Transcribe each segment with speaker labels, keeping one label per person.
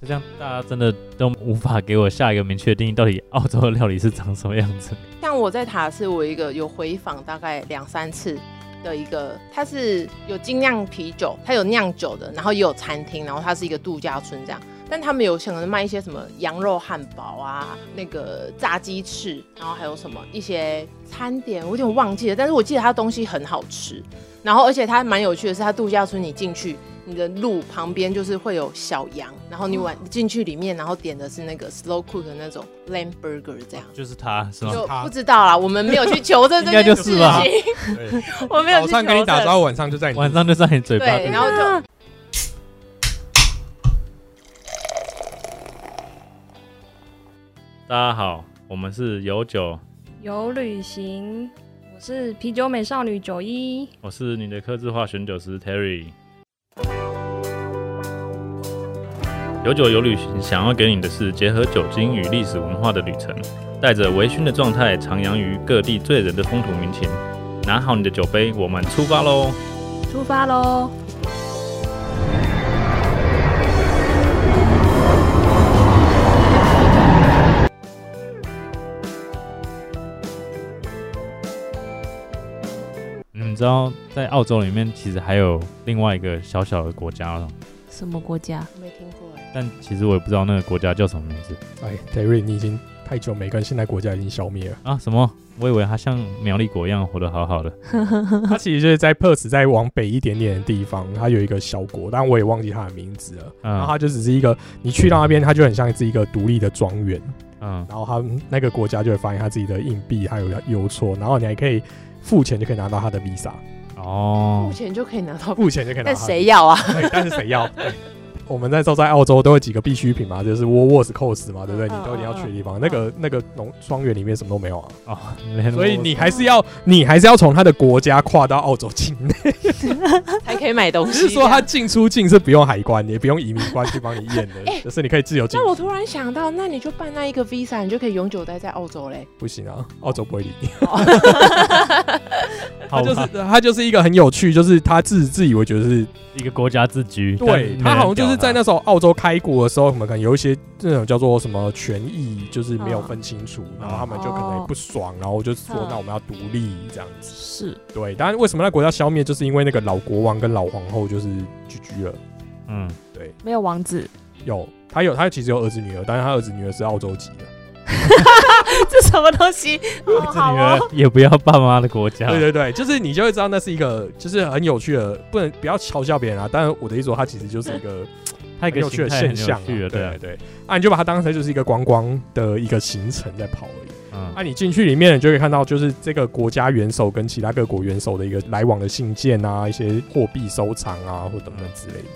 Speaker 1: 就这样，大家真的都无法给我下一个明确定义，到底澳洲的料理是长什么样子。
Speaker 2: 像我在塔是我一个有回访大概两三次的一个，它是有精酿啤酒，它有酿酒的，然后也有餐厅，然后它是一个度假村这样。但他们有可能卖一些什么羊肉汉堡啊，那个炸鸡翅，然后还有什么一些餐点，我有点忘记了。但是我记得它东西很好吃，然后而且它蛮有趣的是，它度假村你进去，你的路旁边就是会有小羊，然后你晚进去里面，然后点的是那个 slow cook 的那种 lamb burger 这样。
Speaker 1: 就是它是吗？
Speaker 2: 就
Speaker 3: 他
Speaker 2: 不知道啦，我们没有去求证
Speaker 1: 应
Speaker 2: 这
Speaker 1: 该就
Speaker 2: 件
Speaker 1: 是
Speaker 2: 事情，
Speaker 1: 吧
Speaker 2: 我没有 去
Speaker 3: 早
Speaker 2: 求
Speaker 3: 上跟
Speaker 2: 证。
Speaker 3: 你打招呼，晚上就在你
Speaker 1: 晚上就在你嘴巴
Speaker 2: 对，
Speaker 1: 边。
Speaker 2: 然后就
Speaker 1: 大家好，我们是有酒，
Speaker 4: 有旅行，我是啤酒美少女九一。
Speaker 1: 我是你的客制化选酒师 Terry。有酒有旅行，想要给你的是结合酒精与历史文化的旅程，带着微醺的状态，徜徉于各地醉人的风土民情。拿好你的酒杯，我们出发喽！
Speaker 4: 出发喽！
Speaker 1: 嗯你们知道，在澳洲里面其实还有另外一个小小的国家哦，
Speaker 5: 什么国家？
Speaker 2: 没听过哎，
Speaker 1: 但其实我也不知道那个国家叫什么名字
Speaker 3: 哎，Terry，你已经太久没跟现在国家已经消 灭了。
Speaker 1: 啊？什么？我以为它像苗栗国一样活得好好的。
Speaker 3: 它其实就是在 Perth 再往北一点点的地方，它有一个小国，但我也忘记它的名字了。然后
Speaker 1: 嗯
Speaker 3: 它就只是一个，你去到那边，它就很像是一个独立的庄园。
Speaker 1: 嗯，
Speaker 3: 然后它那个国家就会发现它自己的硬币还有邮戳，然后你还可以付钱就可以拿到它的 Visa，
Speaker 1: 哦
Speaker 2: 目，前就可以拿到，
Speaker 3: 付钱就可以拿
Speaker 2: 但
Speaker 3: 到它的 Visa。
Speaker 2: 谁要啊？
Speaker 3: 对？ 但是谁要？对我们那时候在澳洲都有几个必需品嘛，就是 Woolworths、Coles 嘛，对不对？
Speaker 2: 嗯
Speaker 3: 你
Speaker 2: 嗯
Speaker 3: 都一定要去的地
Speaker 2: 嗯
Speaker 3: 方。那个那个农庄园里面什么都没有啊，
Speaker 1: 哦，连
Speaker 3: 所以
Speaker 1: 我
Speaker 3: 你还是要你还是要从它的国家跨到澳洲境内。
Speaker 2: 才可以买东
Speaker 3: 只
Speaker 2: 西。，
Speaker 3: 是说它进出境是不用海关，也不用移民官去帮你验的
Speaker 2: 哎
Speaker 3: 就是你可以自由进
Speaker 2: 那。我突然想到，那你就办那一个 Visa，你就可以永久待在澳洲嘞。
Speaker 3: 不行啊，澳洲不会理你。
Speaker 5: 哦
Speaker 3: 它
Speaker 1: 好
Speaker 3: 就是
Speaker 1: 吧
Speaker 3: 它就是一个很有趣，就是它自自以为觉得是
Speaker 1: 一个国家自居，
Speaker 3: 对，
Speaker 1: 他
Speaker 3: 它好像就是在那时候澳洲开国的时候，什么可能有一些这种叫做什么权益，就是没
Speaker 2: 嗯
Speaker 3: 有分清楚，然后他们就可能
Speaker 2: 哦
Speaker 3: 也不爽，然后就说
Speaker 5: 嗯
Speaker 3: 那我们要独立这样子。
Speaker 5: 是
Speaker 3: 对，当然为什么那国家消灭，就是因为那个老国王跟老皇后就是居居了。
Speaker 1: 嗯，
Speaker 5: 没有王子，
Speaker 3: 有他有他其实有儿子女儿，但是他儿子女儿是澳洲籍的。
Speaker 5: 这什么东西？
Speaker 1: 自己的也不要爸妈的国家，
Speaker 3: 对对对，就是你就会知道那是一个，就是很有趣的，不能不要嘲笑别人啊。但是我的意思说，它其实就是一 个
Speaker 1: 他一
Speaker 3: 很
Speaker 1: 个
Speaker 3: 有趣
Speaker 1: 形
Speaker 3: 的
Speaker 1: 态很
Speaker 3: 现
Speaker 1: 有
Speaker 3: 象、啊。
Speaker 1: 趣的，对啊
Speaker 3: 对，对，啊，你就把它当成就是一个观光的一个行程在跑而已。
Speaker 1: 嗯
Speaker 3: 啊，你进去里面，你就可以看到，就是这个国家元首跟其他各国元首的一个来往的信件啊，一些货币收藏啊，或等等之类的。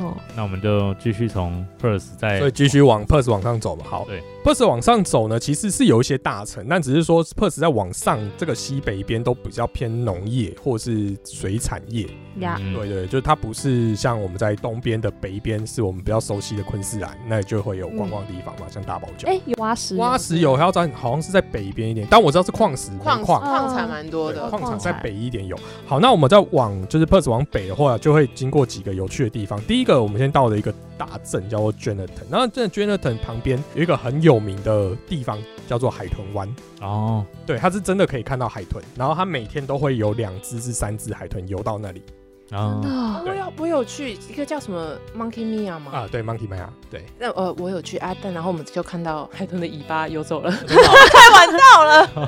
Speaker 5: 哦，
Speaker 1: 那我们就继续从 first 再
Speaker 3: 所以继续往 Perth 往上走吧。好，
Speaker 1: 对
Speaker 3: ，Perth 往上走呢，其实是有一些大城，但只是说 Perth 在往上这个西北边都比较偏农业或是水产业。
Speaker 5: 呀，
Speaker 1: 嗯
Speaker 3: 对对，就是它不是像我们在东边的北边，是我们比较熟悉的昆士兰，那就会有观光的地方嘛，像大堡礁。
Speaker 5: 哎，有挖石，
Speaker 3: 挖石油还要在好像是在北边一点，但我知道是矿石，
Speaker 2: 矿
Speaker 3: 嗯矿
Speaker 2: 矿产蛮多
Speaker 3: 对
Speaker 2: 的，
Speaker 3: 矿
Speaker 5: 矿
Speaker 3: 场在
Speaker 5: 产
Speaker 3: 北一点有。好，那我们再往就是 Perth 往北的话，就会经过几个有趣的地方。第一个，我们先到了一个大镇叫做 Jonathan，那这 Jonathan 旁边有一个很有名的地方叫做海豚湾。
Speaker 1: 哦，
Speaker 3: 对，它是真的可以看到海豚，然后它每天都会有两只至三只海豚游到那里
Speaker 1: 然后
Speaker 2: 啊
Speaker 5: 哦，
Speaker 2: 我有我有去一个叫什么 Monkey Mia 嘛，
Speaker 3: 啊。对，Monkey Maya，对，
Speaker 2: 那呃我有去啊，但然后我们就看到海豚的尾巴游走了，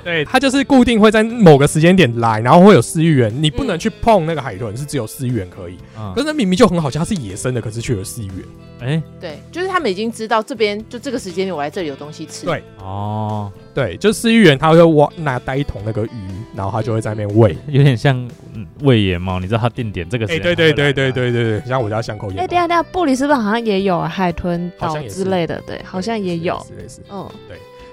Speaker 3: 对，它就是固定会在某个时间点来，然后会有饲育员，你不能去碰那个海豚，是只有饲育员可以。
Speaker 1: 嗯
Speaker 3: 可是那明明就很好笑，它是野生的，可是却有饲育员。
Speaker 1: 哎
Speaker 3: 嗯
Speaker 2: 对，就是他们已经知道这边就这个时间点我来这里有东西吃，
Speaker 3: 对
Speaker 1: 哦，
Speaker 3: 对，就饲育员他会挖拿带一桶那个鱼，然后他就会在那边喂。
Speaker 1: 有点像嗯喂野猫，你知道它定点这个时
Speaker 3: 哎、
Speaker 1: 间，
Speaker 3: 对对对对，对对对，像我家巷口有，
Speaker 5: 哎，等一下等一下，布里斯本好像也有啊海豚
Speaker 3: 好
Speaker 5: 岛
Speaker 3: 像也是
Speaker 5: 之类的，对，好像也有，
Speaker 3: 是类似。
Speaker 5: 嗯，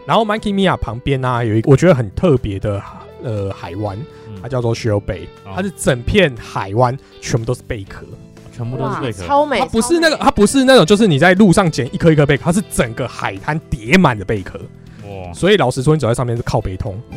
Speaker 3: 然后 Monkey Mia 旁边呢、有一个我觉得很特别的呃海湾，
Speaker 1: 嗯
Speaker 3: 它叫做 Shell Bay，、
Speaker 1: 哦
Speaker 3: 它是整片海湾全部都是贝壳，
Speaker 1: 全部都是
Speaker 5: 哇
Speaker 1: 贝壳，
Speaker 2: 超美，
Speaker 3: 它哦不是那
Speaker 2: 超
Speaker 3: 个，
Speaker 2: 美
Speaker 3: 它不是那种就是你在路上捡一颗一颗贝壳，它是整个海滩叠满的贝壳。
Speaker 1: 哦哇，
Speaker 3: 所以老实说，你走在上面 是靠背痛，
Speaker 2: 我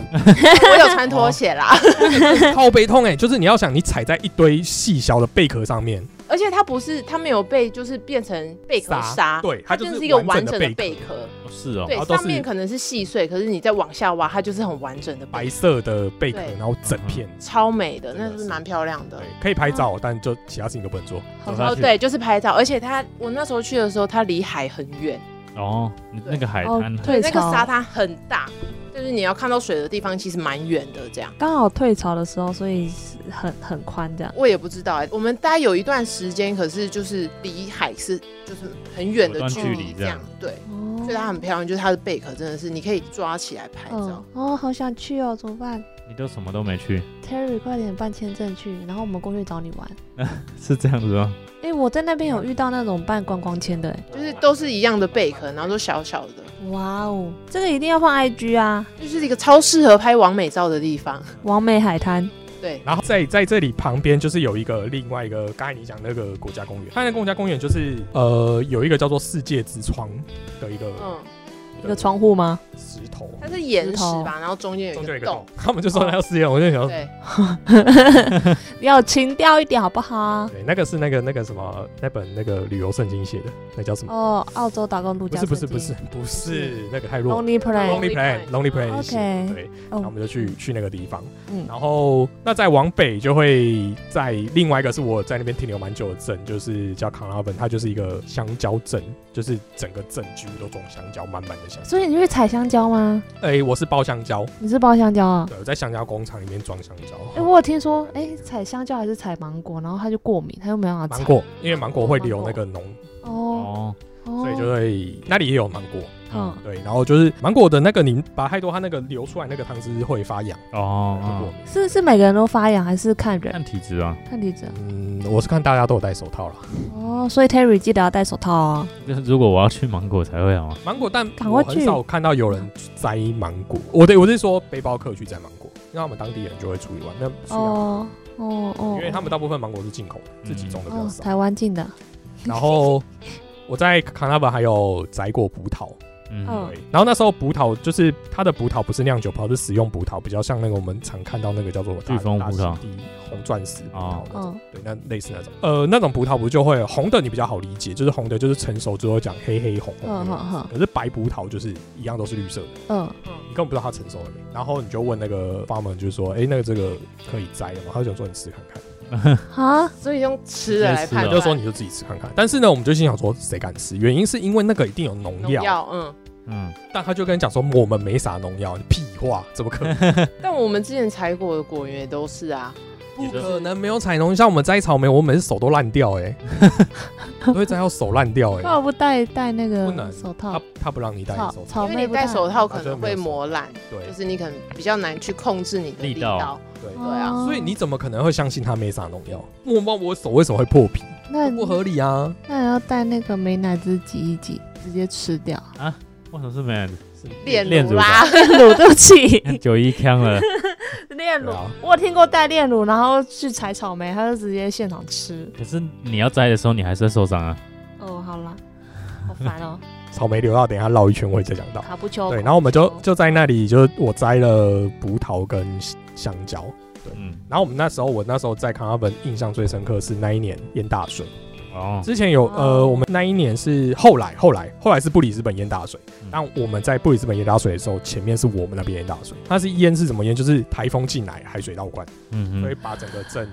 Speaker 2: 有
Speaker 3: 哦
Speaker 2: 穿拖鞋啦，
Speaker 3: 欸靠背痛哎、就是你要想你踩在一堆细小的贝壳上面，
Speaker 2: 而且它不是，它没有被就是变成贝壳
Speaker 3: 沙
Speaker 2: 沙，
Speaker 3: 对它
Speaker 2: 它
Speaker 3: 就是
Speaker 2: 一个完
Speaker 3: 完
Speaker 2: 整
Speaker 3: 整的
Speaker 2: 的
Speaker 3: 贝
Speaker 2: 贝壳，
Speaker 1: 哦是哦，
Speaker 2: 对
Speaker 3: 然后，都
Speaker 2: 上面
Speaker 3: 是
Speaker 2: 可能是细碎，可是你再往下挖，它就是很完整的贝
Speaker 3: 白
Speaker 2: 壳，
Speaker 3: 色的贝壳，
Speaker 2: 对
Speaker 3: 然后整片，
Speaker 2: 超美的，
Speaker 3: 真的
Speaker 2: 那是蛮漂亮的
Speaker 3: 对。，可以拍
Speaker 2: 嗯
Speaker 3: 照，但就其他事情都不能做。
Speaker 1: 走
Speaker 2: 哦，
Speaker 1: 下去
Speaker 2: 对，就是拍照，而且它我那时候去的时候，它离海很远，
Speaker 1: 哦，你
Speaker 2: 对
Speaker 1: 那个海
Speaker 5: 哦
Speaker 1: 滩，
Speaker 5: 退
Speaker 2: 那个沙
Speaker 5: 潮，
Speaker 2: 滩很大，就是你要看到水的地方其实蛮远的。这样
Speaker 5: 刚好退潮的时候，所以是很很宽这样。
Speaker 2: 我也不知道哎、我们大概有一段时间，可是就是离海是就是很远
Speaker 1: 有
Speaker 2: 的
Speaker 1: 段
Speaker 2: 距
Speaker 1: 距
Speaker 2: 离
Speaker 1: 离
Speaker 2: 这
Speaker 1: 这样
Speaker 2: 样，对。
Speaker 5: 哦
Speaker 2: 所以它很漂亮，就是它的贝壳真的是你可以抓起来拍照
Speaker 5: 嗯。，哦，好想去哦，怎么办
Speaker 1: 你都什么都没去，
Speaker 5: ？Terry，快点办签证去，然后我们过去找你玩。
Speaker 1: 是这样子吗？
Speaker 5: 哎、我在那边有遇到那种办观光签的、哎，
Speaker 2: 就是都是一样的贝壳，然后都小小的，
Speaker 5: 哇哦，这个一定要放 IG 啊，
Speaker 2: 就是一个超适合拍完美照的地方。
Speaker 5: 完美海滩。
Speaker 2: 对，
Speaker 3: 然后在在这里旁边就是有一个另外一个，刚才你讲那个国家公园，它那个国家公园就是呃有一个叫做世界之窗的一个
Speaker 2: 嗯，
Speaker 5: 一个窗户吗？
Speaker 3: 石头，
Speaker 2: 它是岩
Speaker 5: 石
Speaker 2: 石
Speaker 5: 头
Speaker 2: 吧，然后中间有
Speaker 3: 中
Speaker 2: 一
Speaker 3: 间有一
Speaker 2: 个
Speaker 3: 个
Speaker 2: 洞
Speaker 3: 洞，，他们就说那叫世界，我就想说
Speaker 2: 对，
Speaker 5: 要情调一点好不好？
Speaker 3: 对，那个是那个那个什么那本那个旅游圣经写的，那叫什么？
Speaker 5: 哦，澳洲打工度
Speaker 3: 不
Speaker 5: 假
Speaker 3: 是不是
Speaker 5: 胜
Speaker 3: 不
Speaker 5: 地
Speaker 3: 是不是那个太弱了。
Speaker 5: ，Lonely Planet
Speaker 2: Lonely Oh,
Speaker 3: Lonely Planet Lonely Planet 写的
Speaker 5: OK
Speaker 3: 对，
Speaker 5: 哦
Speaker 3: 然后我们就去去那个地方，
Speaker 5: 嗯
Speaker 3: 然后那再往北就会在另外一个是我在那边停留蛮久的镇，就是叫康拉本，它就是一个香蕉镇，就是整个镇几乎都种香蕉，满满的香蕉。
Speaker 5: 所以你去采香蕉吗？
Speaker 3: 哎、我是包香蕉，
Speaker 5: 你是包香蕉啊？
Speaker 3: 对，我在香蕉工厂里面装香蕉。
Speaker 5: 哎、我有听说，哎、采香蕉还是采芒果，然后他就过敏，他又没办法
Speaker 3: 芒
Speaker 5: 采。
Speaker 3: 果，因为芒果会留那个脓，
Speaker 5: 哦
Speaker 1: 哦，
Speaker 5: 哦，
Speaker 3: 所以就会那里也有芒果。
Speaker 5: 嗯
Speaker 3: 对，然后就是芒果的那个，你把太多，它那个流出来那个汤汁会发痒，
Speaker 1: 哦
Speaker 3: 会过
Speaker 1: 哦，
Speaker 3: 敏。
Speaker 5: 是是每个人都发痒，还是看人
Speaker 1: 看体质啊，
Speaker 5: 看体质啊？
Speaker 3: 嗯，我是看大家都有戴手套啦。
Speaker 5: 哦，所以 Terry 记得要戴手套哦。
Speaker 1: 就是如果我要去芒果才会好吗？啊
Speaker 3: 芒果，但
Speaker 5: 赶
Speaker 3: 我
Speaker 5: 快
Speaker 3: 很
Speaker 5: 去
Speaker 3: 少看到有人摘芒果。我对我是说背包客去摘芒果，让他们当地人就会处理完，那不需要，
Speaker 5: 哦哦哦，
Speaker 3: 啊因为他们大部分芒果是进口的，自己种的比较
Speaker 5: 哦
Speaker 3: 少。
Speaker 5: 台湾进的，
Speaker 3: 然后我在卡纳本还有摘过葡萄，
Speaker 1: 嗯
Speaker 5: 嗯，
Speaker 2: 哦
Speaker 3: 对。然后那时候葡萄就是它的葡萄不是酿酒葡萄，是食用葡萄，比较像那个我们常看到那个叫做大
Speaker 1: 飓风葡萄、
Speaker 3: 大溪地红钻石葡萄
Speaker 1: 哦
Speaker 3: 那种
Speaker 5: 嗯，
Speaker 3: 对，那类似那种，呃，那种葡萄不就会红的，你比较好理解，就是红的，就是成熟之后讲黑黑红红那个
Speaker 5: 嗯
Speaker 3: 样
Speaker 5: 哼
Speaker 3: 子
Speaker 5: 哼。
Speaker 3: 可是白葡萄就是一样都是绿色的。
Speaker 5: 嗯，
Speaker 3: 你根本不知道它成熟了没。然后你就问那个 farmer，就是说，哎、那个这个可以摘了吗？他就想说你吃看看，
Speaker 5: 啊，
Speaker 2: 所以用吃的
Speaker 1: 直接
Speaker 2: 来判
Speaker 1: 吃
Speaker 2: 断。
Speaker 1: 啊
Speaker 3: 就说你就自己吃看看。但是呢，我们就心想说，谁敢吃？原因是因为那个一定有农
Speaker 2: 农
Speaker 3: 药，
Speaker 2: 药，嗯。
Speaker 1: 嗯，
Speaker 3: 但他就跟你讲说，我们没啥农药，屁话，怎么可能？
Speaker 2: 但我们之前采果的果园也都是啊，
Speaker 3: 不
Speaker 1: 就是
Speaker 3: 可能没有采农，像我们摘草莓，我每次手都烂掉、哎，都会摘到手烂掉、
Speaker 5: 那
Speaker 3: 哎，
Speaker 5: 我不戴戴那
Speaker 3: 不
Speaker 5: 个
Speaker 3: 能
Speaker 5: 手套
Speaker 3: 他？他不让你戴
Speaker 5: 草
Speaker 3: 手套，
Speaker 5: 草
Speaker 2: 因为
Speaker 5: 莓
Speaker 2: 你
Speaker 5: 不
Speaker 2: 戴手套可能会磨烂，
Speaker 3: 对
Speaker 2: 就是你可能比较难去控制你的力
Speaker 1: 力
Speaker 2: 道
Speaker 1: 道。
Speaker 3: 对。
Speaker 2: 对啊
Speaker 5: 哦
Speaker 3: 所以你怎么可能会相信他没啥农药？我问我手为什么会破皮？
Speaker 5: 那
Speaker 3: 不合理啊！
Speaker 5: 那要戴那个美乃滋挤一挤，直接吃掉。
Speaker 1: 为什么是没人
Speaker 3: 是
Speaker 2: 炼乳 啊啦，
Speaker 5: 乳， 对不 起，
Speaker 1: 九一腔 了？
Speaker 5: 炼乳
Speaker 3: 对啊，
Speaker 5: 我有听过戴炼乳，然后去采草莓，他就直接现场吃。
Speaker 1: 可是你要摘的时候，你还是会受伤啊。
Speaker 5: 哦，好啦，好烦 哦，
Speaker 3: 草莓留到等一下绕一圈，我会再讲到。
Speaker 5: 卡布丘。
Speaker 3: 对，然后我们就就在那里，就是我摘了葡萄跟香蕉。
Speaker 1: 嗯，
Speaker 3: 然后我们那时候，我那时候在康拉本印象最深刻是那一年淹大水。
Speaker 1: 哦，
Speaker 3: 之前有呃，
Speaker 5: 哦
Speaker 3: 我们那一年是后来后来后来是布里斯本淹大水
Speaker 1: 嗯。
Speaker 3: 但我们在布里斯本淹大水的时候，前面是我们那边淹大水。它是淹是怎么淹？就是台风进来，海水倒灌，
Speaker 1: 嗯
Speaker 3: 所以
Speaker 1: 嗯，
Speaker 3: 把整个镇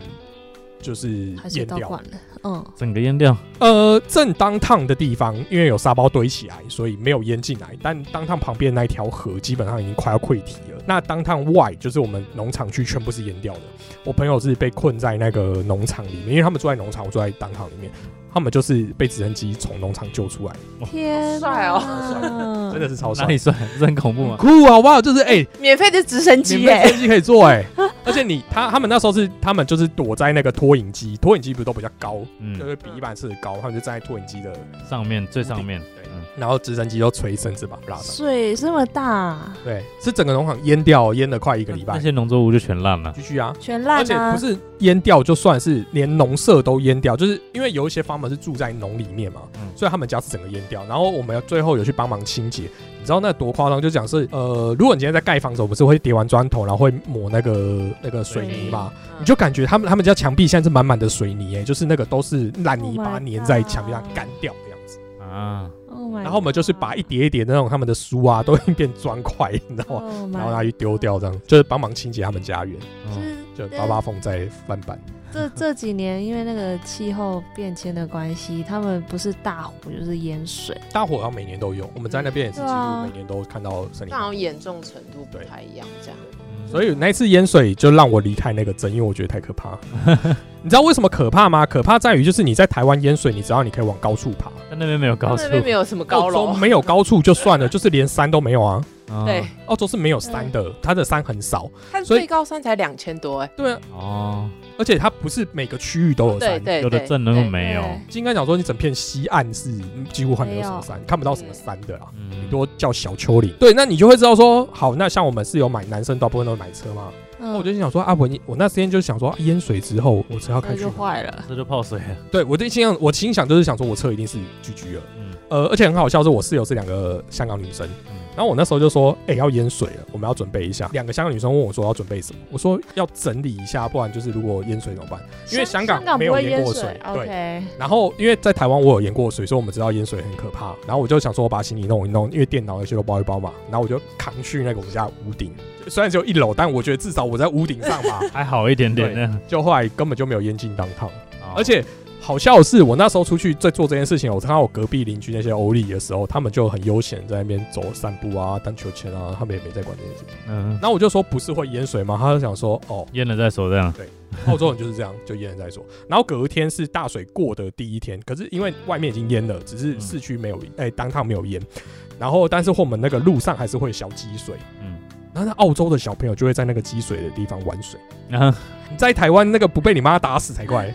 Speaker 3: 就是
Speaker 5: 海水
Speaker 3: 淹
Speaker 5: 倒
Speaker 3: 掉
Speaker 5: 灌。了，嗯，
Speaker 1: 整个淹掉，
Speaker 3: 呃，正当烫的地方，因为有沙包堆起来，所以没有淹进来。但当烫旁边那一条河基本上已经快要溃堤了。那当烫外就是我们农场区全部是淹掉的。我朋友是被困在那个农场里面，因为他们住在农场，我住在当烫里面。他们就是被直升机从农场救出来，
Speaker 5: 天
Speaker 2: 帅哦
Speaker 5: 哦
Speaker 3: 真的是超
Speaker 1: 哪
Speaker 3: 帅
Speaker 1: 里，算？这很恐怖吗？
Speaker 3: 酷啊！哇，就是哎，
Speaker 2: 免费的直升
Speaker 3: 免
Speaker 2: 机
Speaker 3: 费
Speaker 2: 耶，
Speaker 3: 飞机可以坐哎、而且你他他们那时候是他们就是躲在那个拖影机，拖影机不是都比较高，就
Speaker 1: 嗯，
Speaker 3: 是比一般是高，他们就站在拖影机的
Speaker 1: 上面最上面，
Speaker 3: 对
Speaker 1: 嗯，
Speaker 3: 然后直升机都吹甚至把它拉上。
Speaker 5: 水这么大，
Speaker 3: 对，是整个农场淹掉，淹了快一个礼
Speaker 1: 那
Speaker 3: 拜，
Speaker 1: 些农作物就全烂了。
Speaker 3: 继续啊。
Speaker 5: 全
Speaker 3: 而
Speaker 5: 烂
Speaker 3: 且
Speaker 5: 啊
Speaker 3: 不！是淹掉就算是连农舍都淹掉，就是因为有一些 farmer 是住在农里面嘛，
Speaker 1: 嗯
Speaker 3: 所以他们家是整个淹掉。然后我们要最后有去帮忙清洁，你知道那多夸张？就讲是呃，如果你今天在盖房子，我们是会叠完砖头，然后会抹那个那个水泥嘛，
Speaker 2: 嗯
Speaker 3: 你就感觉他们他们家墙壁现在是满满的水泥、欸，就是那个都是烂泥巴
Speaker 5: Oh my
Speaker 3: 粘在墙壁上
Speaker 5: God
Speaker 3: 干掉的样子。
Speaker 1: 啊，
Speaker 5: Oh my
Speaker 3: 然后我们就是把一叠一叠的那种他们的书啊，都会变砖块，你知道吗？
Speaker 5: Oh my
Speaker 3: 然后拿去丢掉，这样就是帮忙清洁他们家园，
Speaker 1: 嗯
Speaker 5: 是
Speaker 3: 就八八风在翻版。
Speaker 5: 这这几年因为那个气候变迁的关系，他们不是大火就是淹水，
Speaker 3: 大火好像每年都有，我们在那边也是几
Speaker 5: 对
Speaker 3: 乎
Speaker 5: 啊
Speaker 3: 每年都看到森
Speaker 2: 嗯但
Speaker 3: 林大
Speaker 2: 好像
Speaker 3: 火。
Speaker 2: 严重程度不
Speaker 3: 对
Speaker 2: 太一样，这样。
Speaker 1: 嗯
Speaker 3: 所以那一次淹水就让我离开那个镇，因为我觉得太可怕。你知道为什么可怕吗？可怕在于就是你在台湾淹水，你知道你可以往高处爬，
Speaker 1: 但那边没有高
Speaker 2: 他们
Speaker 1: 速
Speaker 2: 那，边没有什么高
Speaker 3: 澳
Speaker 2: 楼
Speaker 3: 洲，没有高处就算了，就是连山都没有啊。
Speaker 1: 哦
Speaker 2: 对，
Speaker 3: 澳洲是没有山的，它的山很少。
Speaker 2: 它
Speaker 3: 所以
Speaker 2: 最高山才两千多哎，
Speaker 3: 对啊，
Speaker 1: 哦，
Speaker 3: 而且它不是每个区域都有
Speaker 2: 对
Speaker 3: 山。
Speaker 2: 对，
Speaker 1: 有的
Speaker 2: 对
Speaker 1: 镇那个
Speaker 2: 对
Speaker 1: 没有，
Speaker 5: 对
Speaker 3: 金刚讲说，你整片西岸是几乎还没有什么山，看不到什么
Speaker 2: 嗯
Speaker 3: 山的啊，
Speaker 1: 嗯
Speaker 3: 很多叫小丘陵。对，那你就会知道说，好，那像我们是有买，男生大部分都买车嘛。
Speaker 5: 嗯
Speaker 3: 那我就心想说，啊，我我那时间就想说，啊淹水之后我车要开
Speaker 5: 那
Speaker 3: 去
Speaker 5: 就
Speaker 3: 哪，
Speaker 5: 坏了。
Speaker 1: 这就泡水了。
Speaker 3: 对我的心想，我心想就是想说我车一定是 GG 了。
Speaker 1: 嗯
Speaker 3: 呃，而且很好笑，是我室友是两个香港女生，
Speaker 1: 嗯，
Speaker 3: 然后我那时候就说，哎、要淹水了，我们要准备一下。两个香港女生问我说要准备什么，我说要整理一下，不然就是如果淹水怎么办？因为香港没
Speaker 5: 不
Speaker 3: 有
Speaker 5: 会
Speaker 3: 淹
Speaker 5: 淹
Speaker 3: 过对。
Speaker 5: ，OK，
Speaker 3: 然后因为在台湾我有淹过水，所以我们知道淹水很可怕。然后我就想说，我把行李弄一弄，因为电脑那些都包一包嘛。然后我就扛去那个我们家屋顶， 虽然只有一楼，但我觉得至少我在屋顶上嘛。
Speaker 1: 还好一点点那样。
Speaker 3: 就后来根本就没有淹进当趟，
Speaker 1: 哦
Speaker 3: 而且。好笑的是，我那时候出去在做这件事情，我看到我隔壁邻居那些欧力的时候，哦他们就很悠闲在那边走散步啊、荡秋千啊，他们也没在管这件事情。
Speaker 1: 嗯，
Speaker 3: 那我就说不是会淹水吗？他就想说哦，
Speaker 1: 淹了再说这样。
Speaker 3: 澳洲人就是这样，就淹了再说。然后隔天是大水过的第一天，可是因为外面已经淹了，只是市区没有，哎、当趟没有淹。然后但是我们那个路上还是会小积水，嗯
Speaker 1: 嗯。
Speaker 3: 然后那澳洲的小朋友就会在那个积水的地方玩水，
Speaker 1: 然后
Speaker 3: 你在台湾那个不被你妈打死才怪。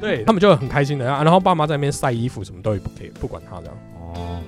Speaker 3: 对他们就很开心的，啊然后爸妈在那边晒衣服什么都也不 care，不管他这样。
Speaker 1: 哦，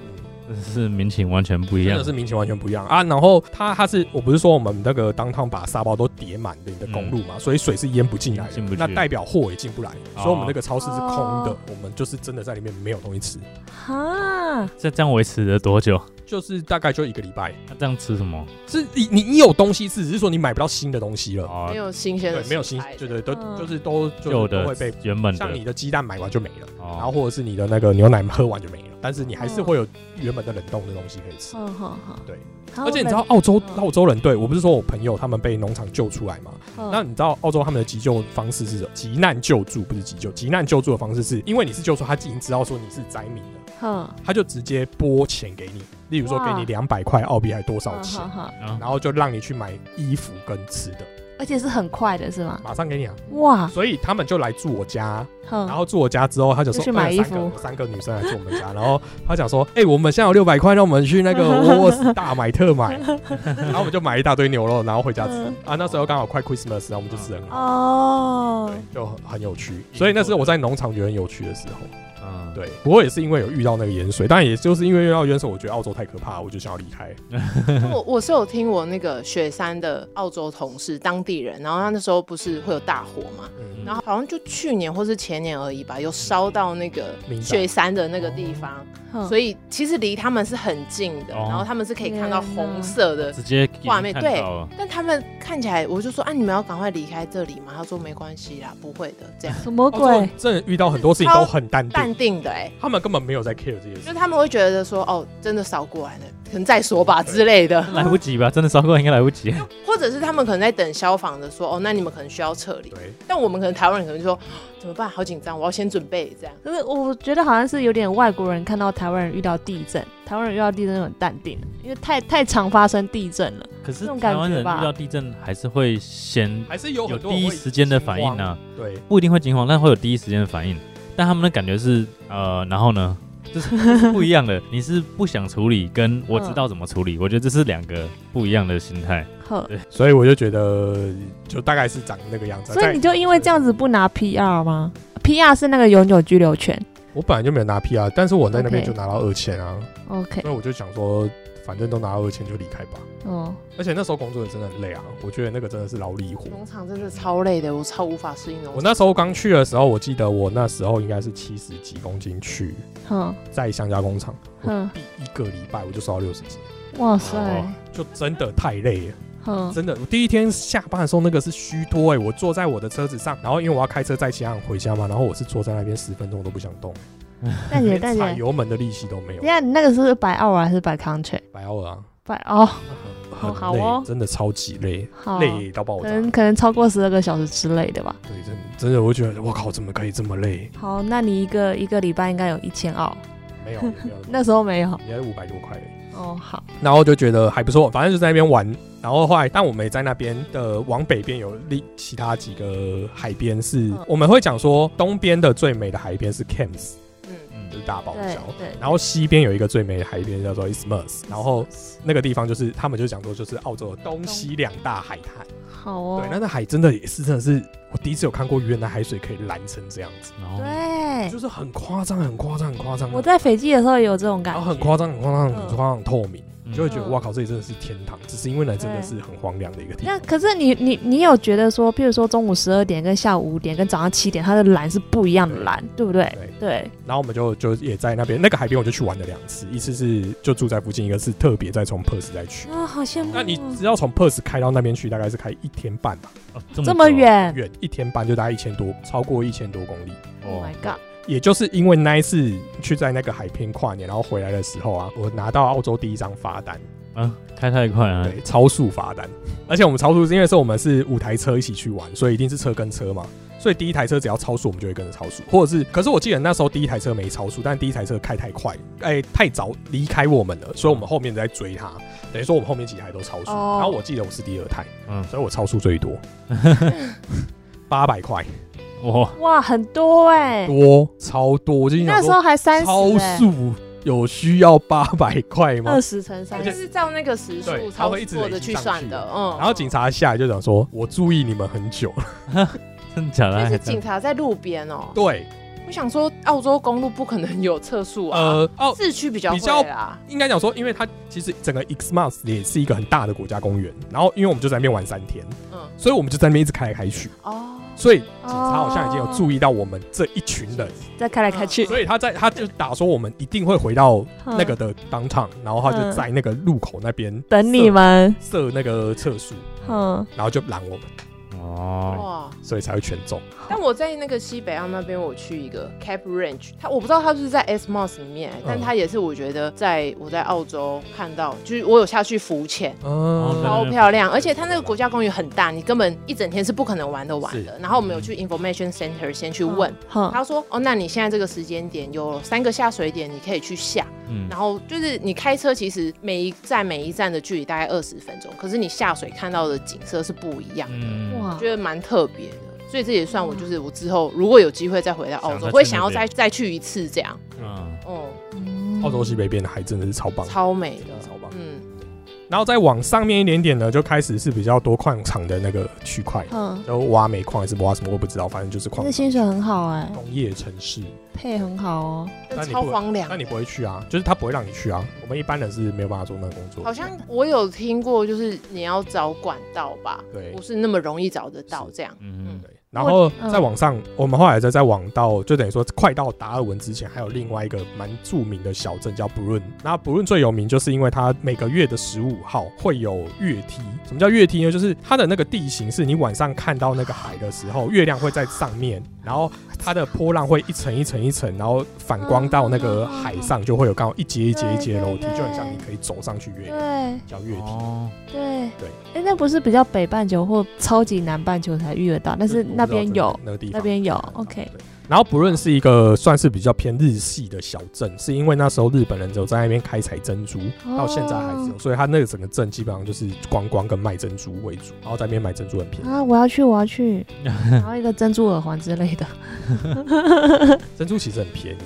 Speaker 1: 这是民情完全不一
Speaker 3: 真
Speaker 1: 样
Speaker 3: 的。是民情完全不一样啊！然后他他是我不是说我们那个当趟把沙包都叠满的你的公路嘛，所以水是淹不嗯进来的，
Speaker 1: 进不去
Speaker 3: 那代表货也进不来，
Speaker 1: 哦
Speaker 3: 所以我们那个超市是空的，
Speaker 5: 哦
Speaker 3: 我们就是真的在里面没有东西吃，
Speaker 5: 哈，
Speaker 1: 这这样维持了多久？
Speaker 3: 就是大概就一个礼拜，
Speaker 1: 那这样吃什么？
Speaker 3: 是你你你有东西吃，只是说你买不到新的东西了，
Speaker 1: 哦
Speaker 2: 没，有新鲜
Speaker 3: 对
Speaker 2: 的，食
Speaker 3: 没有新
Speaker 2: 材，
Speaker 3: 对对都
Speaker 5: 嗯
Speaker 3: 就是都就是
Speaker 1: 旧
Speaker 3: 都
Speaker 1: 的
Speaker 3: 会被，
Speaker 1: 原本
Speaker 3: 像
Speaker 1: 的
Speaker 3: 你的鸡蛋买完就没了，然后
Speaker 1: 哦，
Speaker 3: 或者是你的那个牛奶喝完就没了，但是你还是会有原本的冷冻的东西可以吃。
Speaker 5: 好好好，
Speaker 3: 对
Speaker 5: 好，
Speaker 3: 而且你知道澳洲
Speaker 5: 嗯
Speaker 3: 澳洲人对我不是说我朋友他们被农场救出来吗？
Speaker 5: 嗯，
Speaker 3: 那你知道澳洲他们的急救方式是什么急难救助，不是急救，急难救助的方式是因为你是救出，他已经知道说你是灾民了，
Speaker 5: 哼，
Speaker 3: 他就直接拨钱给你，例如说给
Speaker 5: 哇嗯
Speaker 3: 你两百块澳币还多少
Speaker 5: 好
Speaker 3: 钱
Speaker 5: 好，好，
Speaker 1: 然
Speaker 3: 然后就让你去买衣服跟吃的，
Speaker 5: 而且是很快的是吗？
Speaker 3: 马上给你啊。
Speaker 5: 哇，
Speaker 3: 所以他们就来住我家，
Speaker 5: 哼，
Speaker 3: 然后住我家之后，他就说
Speaker 5: 嗯就去买
Speaker 3: 哎
Speaker 5: 衣
Speaker 3: 有三
Speaker 5: 服
Speaker 3: 个有三个女生来住我们家，然后他讲说，哎、我们现在有六百块，让我们去那个沃沃斯大买特 买，然后我们就买一大堆牛肉，然后回家吃
Speaker 5: 嗯
Speaker 3: 啊。那时候刚好快 Christmas，然后我们就吃得很好。
Speaker 5: 哦，
Speaker 3: 对，就很很有趣。所以那是我在农场觉得很有趣的时候。
Speaker 1: 嗯，
Speaker 3: 对，不过也是因为有遇到那个盐水，但也就是因为遇到盐水，我觉得澳洲太可怕，我就想要离开。
Speaker 2: 我我是有听我那个雪山的澳洲同事，当地人，然后他那时候不是会有大火嘛，
Speaker 3: 嗯
Speaker 2: 然后好像就去年或是前年而已吧，有烧到那个
Speaker 3: 明白
Speaker 2: 雪山的那个地方，所
Speaker 5: 以
Speaker 2: 以其实离他们是很近的，
Speaker 1: 哦
Speaker 2: 然后他们是可以看到
Speaker 5: 天哪
Speaker 2: 红色的。
Speaker 1: 直接
Speaker 2: 画面
Speaker 1: 看
Speaker 2: 对
Speaker 1: 到了
Speaker 2: 但他们看起来，我就说啊，你们要赶快离开这里嘛。他说没关系啦，不会的， 这样
Speaker 5: 什么
Speaker 3: 澳洲人
Speaker 5: 鬼？
Speaker 3: 真的遇到很多事情都很淡
Speaker 2: 淡
Speaker 3: 定，
Speaker 2: 定的哎、
Speaker 3: 他们根本没有在 care 这些
Speaker 2: 就
Speaker 3: 事。
Speaker 2: 他们会觉得说哦，真的扫过来了，可能再说吧之类的，
Speaker 1: 来不及吧？真的烧过应该来不及。
Speaker 2: 或者是他们可能在等消防的说哦，那你们可能需要撤离。
Speaker 3: 对，
Speaker 2: 但我们可能台湾人可能就说 怎么办，好紧张，我要先准备这样。
Speaker 5: 可是我觉得好像是有点外国人看到台湾人遇到地震，台湾人遇到地震就很淡定，因为太太常发生地震了。
Speaker 1: 可是
Speaker 5: 这种感
Speaker 1: 台
Speaker 5: 觉吧
Speaker 1: 湾人遇到地震还是会先
Speaker 3: 还是有
Speaker 1: 有
Speaker 3: 很多
Speaker 1: 第一时间的反应呢、啊
Speaker 3: 呢。对，
Speaker 1: 不一定会惊慌，但会有第一时间的反应。但他们的感觉是，呃，然后呢，就是 就是不一样的。你是不想处理，跟我
Speaker 5: 嗯
Speaker 1: 知道怎么处理，我觉得这是两个不一样的心态。
Speaker 5: 呵，
Speaker 3: 所以我就觉得就大概是长那个样子。
Speaker 5: 所以你就因为这样子不拿 PR 吗？PR 是那个永久居留权，
Speaker 3: 我本来就没有拿 PR，但是我在那边
Speaker 5: OK
Speaker 3: 就拿到二千啊，
Speaker 5: ？OK，
Speaker 3: 所以我就想说，反正都拿到二千就离开吧。
Speaker 5: 哦，
Speaker 3: 而且那时候工作也真的很累啊，我觉得那个真的是劳力活。
Speaker 2: 农场真的超累的，我超无法适应农
Speaker 3: 我
Speaker 2: 场。
Speaker 3: 那时候刚去的时候，我记得我那时候应该是七十几公斤去，
Speaker 5: 哼
Speaker 3: 在香家工厂，
Speaker 5: 哼，
Speaker 3: 第一个礼拜我就瘦到六十几，
Speaker 5: 哇塞，
Speaker 1: 哦
Speaker 3: 就真的太累了。
Speaker 5: 哼，
Speaker 3: 真的，我第一天下班的时候那个是虚脱哎，我坐在我的车子上，然后因为我要开车载其他人回家嘛，然后我是坐在那边十分钟都不想动，
Speaker 5: 蛋姐
Speaker 3: 连
Speaker 5: 蛋
Speaker 3: 踩
Speaker 5: 姐，
Speaker 3: 油门的力气都没有
Speaker 5: 等一。下你那个是白奥尔还是白 contract？
Speaker 3: 白奥尔啊，
Speaker 5: 白哦，
Speaker 3: 很
Speaker 5: 好
Speaker 3: 累
Speaker 5: 哦
Speaker 3: 真的超级累，
Speaker 5: 好，
Speaker 3: 累哦到爆
Speaker 5: 可
Speaker 3: 炸。
Speaker 5: 能可能超过十二个小时之类的吧。
Speaker 3: 对，真的真的，我就觉得我靠，怎么可以这么累？
Speaker 5: 好，那你一个一个礼拜应该有一千澳，，
Speaker 3: 没有，也没有
Speaker 5: 那时候没有。
Speaker 3: 也才五百多块而已。
Speaker 5: 哦，好，
Speaker 3: 然后就觉得还不错，反正就在那边玩。然后后来，但我们也在那边的往北边有另其他几个海边是，
Speaker 5: 嗯
Speaker 3: 我们会讲说东边的最美的海边是 Camps，
Speaker 2: 嗯，
Speaker 3: 就是大堡
Speaker 5: 对
Speaker 3: 礁。
Speaker 5: 对，
Speaker 3: 然后西边有一个最美的海边叫做 Isthmus，然后那个地方就是他们就讲说就是澳洲的东西两大海滩。
Speaker 5: 好哦，
Speaker 3: 对，那那海真的也是真的是我第一次有看过，原来海水可以蓝成这样子，
Speaker 1: 然后
Speaker 5: 对，
Speaker 3: 就是很夸张，很夸张，很夸张。
Speaker 5: 哎我在斐济的时候也有这种感
Speaker 3: 然
Speaker 5: 觉，
Speaker 3: 哦后很夸张，很夸张，
Speaker 5: 嗯
Speaker 3: 很夸张，很透明，
Speaker 1: 嗯
Speaker 3: 你就会觉得
Speaker 5: 嗯
Speaker 3: 哇靠，这里真的是天堂。只是因为那真的是很荒凉的一个地
Speaker 5: 那
Speaker 3: 方。
Speaker 5: 可是你你你有觉得说，譬如说中午十二点跟下午五点跟早上七点，它的蓝是不一样的蓝，对不对？
Speaker 3: 对，
Speaker 5: 对，
Speaker 3: 然后我们就就也在那边那个海边，我就去玩了两次，一次是就住在附近，一个是特别再从 Perth 再去。
Speaker 5: 啊，好羡慕哦。
Speaker 3: 那你只要从 Perth 开到那边去，大概是开一天半吧，
Speaker 1: 哦
Speaker 5: 这
Speaker 1: 么
Speaker 5: 么
Speaker 1: 久
Speaker 3: 啊
Speaker 5: 远
Speaker 3: 远一天半就大概一千多，超过一千多公里。
Speaker 1: 哦
Speaker 5: ，Oh my god！
Speaker 3: 也就是因为那一次去在那个海边跨年，然后回来的时候啊，我拿到澳洲第一张罚单，
Speaker 1: 啊，开太快啊！
Speaker 3: 对，超速罚单。而且我们超速是因为是我们是五台车一起去玩，所以一定是车跟车嘛。所以第一台车只要超速，我们就会跟着超速，或者是，可是我记得那时候第一台车没超速，但第一台车开太快，哎、太早离开我们了，所以我们后面在追它，等于说我们后面几台都超速。
Speaker 5: 哦
Speaker 3: 然后我记得我是第二台，
Speaker 1: 嗯，
Speaker 3: 所以我超速最 多，八百块
Speaker 1: 哇，
Speaker 5: 哇，很多哎，
Speaker 3: 多，超多。我就心想
Speaker 5: 那时
Speaker 3: 说
Speaker 5: 候还三十，欸
Speaker 3: 超速啊有需要八百块吗
Speaker 5: 二？十乘三
Speaker 3: 而
Speaker 2: 就
Speaker 3: 且
Speaker 5: 十，
Speaker 2: 是照那个时
Speaker 3: 对
Speaker 2: 速
Speaker 3: 它
Speaker 2: 操
Speaker 3: 会一直
Speaker 2: 作的
Speaker 3: 累积
Speaker 2: 去
Speaker 3: 上
Speaker 2: 算
Speaker 3: 去
Speaker 2: 的，嗯。
Speaker 3: 然后警察下来就讲说：“我注意你们很久了。
Speaker 1: 真的假的？
Speaker 2: 那
Speaker 1: 还
Speaker 2: 是
Speaker 1: 这
Speaker 2: 警
Speaker 1: 样
Speaker 2: 察在路边哦”。
Speaker 3: 对，
Speaker 2: 我想说，澳洲公路不可能有测速啊，
Speaker 3: 呃，哦，
Speaker 2: 市区比较
Speaker 3: 比较
Speaker 2: 会啦。
Speaker 3: 应该讲说，因为它其实整个 Xmas 也是一个很大的国家公园，然后因为我们就在那边玩三天，
Speaker 2: 嗯，
Speaker 3: 所以我们就在那边一直开来开去，
Speaker 2: 哦，
Speaker 3: 所以警察好像已经有注意到我们这一群人，
Speaker 5: 哦再开来开去，
Speaker 3: 所以他在他就打说我们一定会回到
Speaker 5: 那
Speaker 3: 那个的当场，然后他就在那个路口那边
Speaker 5: 等你们，
Speaker 3: 设那个测速，
Speaker 5: 嗯，
Speaker 3: 然后就拦我们，
Speaker 1: 哦，
Speaker 2: 哇！
Speaker 3: 所以才会全中。
Speaker 2: 但我在那个西北岸那边，我去一个 Cap Range，它我不知道它是不是在 S Moss 里
Speaker 3: 嗯
Speaker 2: 面，但它也是我觉得在我在澳洲看到，就是我有下去浮潜，
Speaker 1: 哦
Speaker 3: 嗯
Speaker 1: 对
Speaker 2: 超漂亮，而且它那个国家公园很大，你根本一整天是不可能玩得完的。
Speaker 3: 是嗯
Speaker 2: 然后我们有去 Information Center 先去问，
Speaker 5: 哼，
Speaker 2: 他说：“哦，那你现在这个时间点有三个下水点，你可以去下。
Speaker 1: 嗯
Speaker 2: 然后就是你开车，其实每一站每一站的距离大概二十分钟，可是你下水看到的景色是不一样的，
Speaker 1: 嗯，
Speaker 5: 哇，
Speaker 2: 觉得蛮特别的。所以这也算我就是我之后如果有机会再回到澳
Speaker 1: 想再
Speaker 2: 洲，
Speaker 1: 去
Speaker 2: 我会想要
Speaker 1: 那边
Speaker 2: 再再去一次这样。
Speaker 1: 嗯，
Speaker 2: 哦、
Speaker 5: 嗯
Speaker 3: 澳洲西北边的海真的是超棒的，
Speaker 2: 超美
Speaker 3: 真的
Speaker 2: 的，
Speaker 3: 超棒。
Speaker 2: 嗯，
Speaker 3: 然后再往上面一点点呢，就开始是比较多矿场的那个区块，
Speaker 5: 嗯，
Speaker 3: 就挖煤矿还是挖什么我不知道，反正就是矿
Speaker 5: 那。薪水很好哎，
Speaker 3: 工业城市，
Speaker 5: 配很好哦，
Speaker 2: 但
Speaker 3: 那你
Speaker 2: 超
Speaker 3: 不
Speaker 2: 荒凉的。
Speaker 3: 那你不会去啊？就是他不会让你去啊。我们一般人是没有办法做那个工作。
Speaker 2: 好像我有听过，就是你要找管道吧，
Speaker 3: 对
Speaker 2: 不是那么容易找得到
Speaker 3: 是
Speaker 2: 这样。
Speaker 1: 嗯
Speaker 3: 对，然后再
Speaker 5: 嗯
Speaker 3: 往上，我们后来再再往到，就等于说快到达尔文之前，还有另外一个蛮著名的小镇叫布伦。那布伦最有名，就是因为它每个月的十五号会有月梯。什么叫月梯呢？就是它的那个地形是你晚上看到那个海的时候，月亮会在上面，然后它的波浪会一层一层一层，然后反光到那
Speaker 5: 嗯
Speaker 3: 个海上，就会有刚好一节一节一节的楼梯，
Speaker 5: 对对
Speaker 3: 就很像你可以走上去月亮，
Speaker 5: 对
Speaker 3: 叫月梯。
Speaker 1: 哦，
Speaker 5: 对，哎，那不是比较北半球或超级南半球才遇得到，但是
Speaker 3: 就
Speaker 5: 那边有
Speaker 3: 我不知道真的那个地方
Speaker 5: 那边有
Speaker 3: 看得到
Speaker 5: ，OK
Speaker 3: 对啊然后不论是一个算是比较偏日系的小镇，是因为那时候日本人只有在那边开采珍珠，
Speaker 5: 哦
Speaker 3: 到现在还是有，所以他那个整个镇基本上就是观光跟卖珍珠为主，然后在那边买珍珠很便宜。
Speaker 5: 啊，我要去，我要去， 然后一个珍珠耳环之类的。
Speaker 3: 珍珠其实很便宜，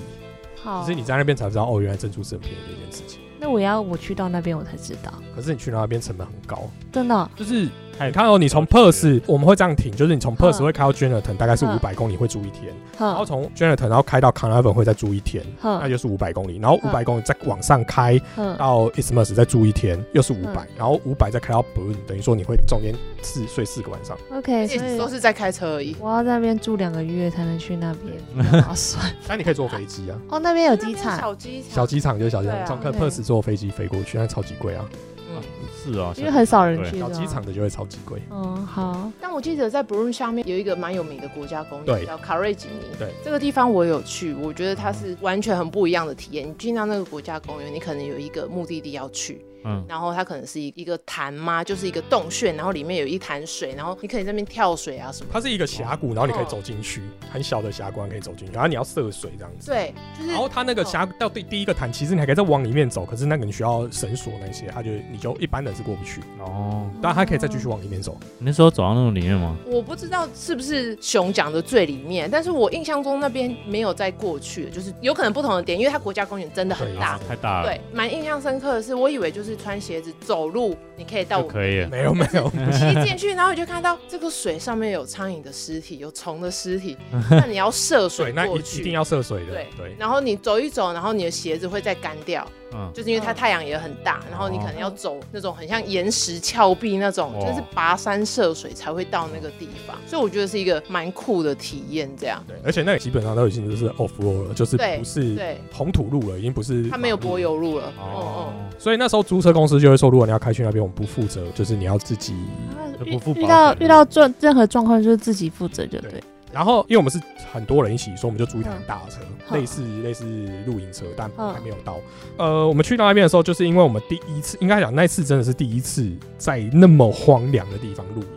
Speaker 5: 好，
Speaker 3: 哦只是你在那边才知道哦，原来珍珠是很便宜的一件事情。
Speaker 5: 那我要我去到那边我才知道，
Speaker 3: 可是你去那边成本很高，
Speaker 5: 真的哦。
Speaker 3: 就是
Speaker 1: 太
Speaker 3: 你看哦，你从 Perth 我们会这样停，就是你从 Perth
Speaker 5: 嗯
Speaker 3: 会开到 Jonathan 大概是
Speaker 5: 嗯
Speaker 3: 五百公里，会住一天，然后
Speaker 5: 哼
Speaker 3: 从 Jonathan 然后开到 Carnarvon 会再住一天，那
Speaker 5: 哼
Speaker 3: 就是五百公里，然后五
Speaker 5: 嗯
Speaker 3: 百公里再往上开
Speaker 5: 哼，
Speaker 3: 到 Isthmus 再住一天，又是五
Speaker 2: 嗯
Speaker 3: 百，然后五百再开到 b u r n 等于说你会中间四睡四个晚 上。
Speaker 5: ，OK，
Speaker 2: 而且
Speaker 5: 所
Speaker 2: 都
Speaker 5: 以
Speaker 2: 是在开车而已。
Speaker 5: 我要在那边住两个月才能去那 边，好算。
Speaker 3: 但你可以坐飞机啊，
Speaker 5: 哦，那边有机
Speaker 2: 那边
Speaker 5: 场，
Speaker 2: 小机场，
Speaker 3: 小机场就是小机
Speaker 2: 对
Speaker 3: 场，
Speaker 2: 啊
Speaker 3: 从可能
Speaker 5: 对
Speaker 3: Perth 坐飞机飞过去，那超级贵啊，
Speaker 2: 嗯。
Speaker 1: 是哦，
Speaker 5: 因为很少人
Speaker 1: 对
Speaker 5: 去。
Speaker 2: 啊
Speaker 3: 小
Speaker 5: 是
Speaker 3: 机
Speaker 5: 吗
Speaker 3: 场的就会超级贵。
Speaker 5: 嗯，好，
Speaker 2: 但我记得在 b r u n 下面有一个蛮有名的国家公
Speaker 3: 对
Speaker 2: 园，叫卡瑞吉尼。
Speaker 3: 对，
Speaker 2: 这个地方我有去，我觉得它是完全很不一样的体验。你进到那个国家公园，你可能有一个目的地要去，
Speaker 1: 嗯，
Speaker 2: 然后它可能是一一个潭嘛，就是一个洞穴，然后里面有一潭水，然后你可以在那边跳水啊什么。
Speaker 3: 它是一个峡谷，然后你可以走进去，很小的峡谷可以走进去，然后你要涉水这样子。
Speaker 2: 对，就是哦
Speaker 3: 然后它那个峡谷到第第一个潭，其实你还可以再往里面走，可是那个你需要绳索那些，它就你就一般人是过不去，
Speaker 1: 哦，
Speaker 3: 但它可以再继续往里面走。
Speaker 1: 你那时候走到那种里面吗？
Speaker 2: 我不知道是不是熊讲的最里面，但是我印象中那边没有再过去，就是有可能不同的点，因为它国家公园真的很
Speaker 3: 对啊
Speaker 2: 大。
Speaker 1: 太大了，
Speaker 2: 对，蛮印象深刻的是，我以为就是穿鞋子走路，你可以到
Speaker 1: 就
Speaker 2: 我
Speaker 1: 可以了。
Speaker 3: 没有没 有，
Speaker 2: 骑进去，然后你就看到这个水上面有苍蝇的尸体，有虫的尸 体，那你要涉
Speaker 3: 水
Speaker 2: 水
Speaker 3: 那一
Speaker 2: 过
Speaker 3: 一
Speaker 2: 去，
Speaker 3: 定要涉水的
Speaker 2: 对，
Speaker 3: 对。
Speaker 2: 然后你走一走，然后你的鞋子会再干掉，
Speaker 1: 嗯，
Speaker 2: 就是因为它
Speaker 5: 嗯
Speaker 2: 太阳也很大，然后
Speaker 3: 哦
Speaker 2: 你可能要走那种很像岩石峭壁那种，
Speaker 1: 哦
Speaker 2: 就是跋山涉水才会到那个地方，所以我觉得是一个蛮酷的体验。这样，
Speaker 3: 对，而且那个基本上都已经就是 off road 了，就是
Speaker 2: 对
Speaker 3: 不是
Speaker 2: 对，
Speaker 3: 红土路了，已经不是
Speaker 2: 它没有
Speaker 3: 柏
Speaker 2: 柏。油路了，嗯嗯。
Speaker 1: 哦，
Speaker 3: 所以那时候租车公司就会说，如果你要开去那边，我们不负责，就是你要自己。
Speaker 2: 嗯
Speaker 1: 就
Speaker 5: 遇
Speaker 1: 不付
Speaker 5: 遇
Speaker 1: 保
Speaker 5: 到
Speaker 1: 险
Speaker 5: 遇到状任何状况就是自己负责就
Speaker 3: 对
Speaker 5: 对。
Speaker 3: 然后因为我们是很多人一起，所以我们就租一台很大的车，
Speaker 5: 嗯
Speaker 3: 类似类似露营车，但
Speaker 5: 嗯
Speaker 3: 还没有到。呃，我们去到那边的时候，就是因为我们第一次，应该讲那次真的是第一次在那么荒凉的地方露营。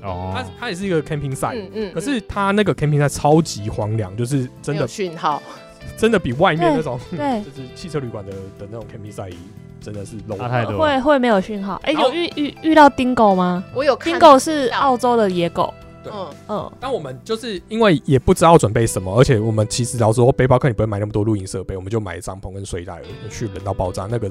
Speaker 3: 它
Speaker 1: 哦，
Speaker 3: 它也是一个 camping site，、
Speaker 2: 嗯嗯
Speaker 3: 可是它那个 camping site 超级荒凉，就是
Speaker 2: 没
Speaker 3: 真的
Speaker 2: 有讯号，
Speaker 3: 真的比外面那种
Speaker 5: 对
Speaker 3: 就是汽车旅馆的的那种 camping site 真的是 low
Speaker 1: 差太多了。
Speaker 5: 会会没有讯号。哎，
Speaker 3: 然后
Speaker 5: 有遇遇遇到丁狗吗？
Speaker 2: 我有
Speaker 5: 丁
Speaker 2: 看
Speaker 5: 狗是澳洲的野狗，
Speaker 3: 对
Speaker 2: 嗯，
Speaker 5: 嗯，
Speaker 3: 但我们就是因为也不知道准备什么，而且我们其实老实说，背包客你不会买那么多露营设备，我们就买帐篷跟睡袋而已，去冷到爆炸。 那个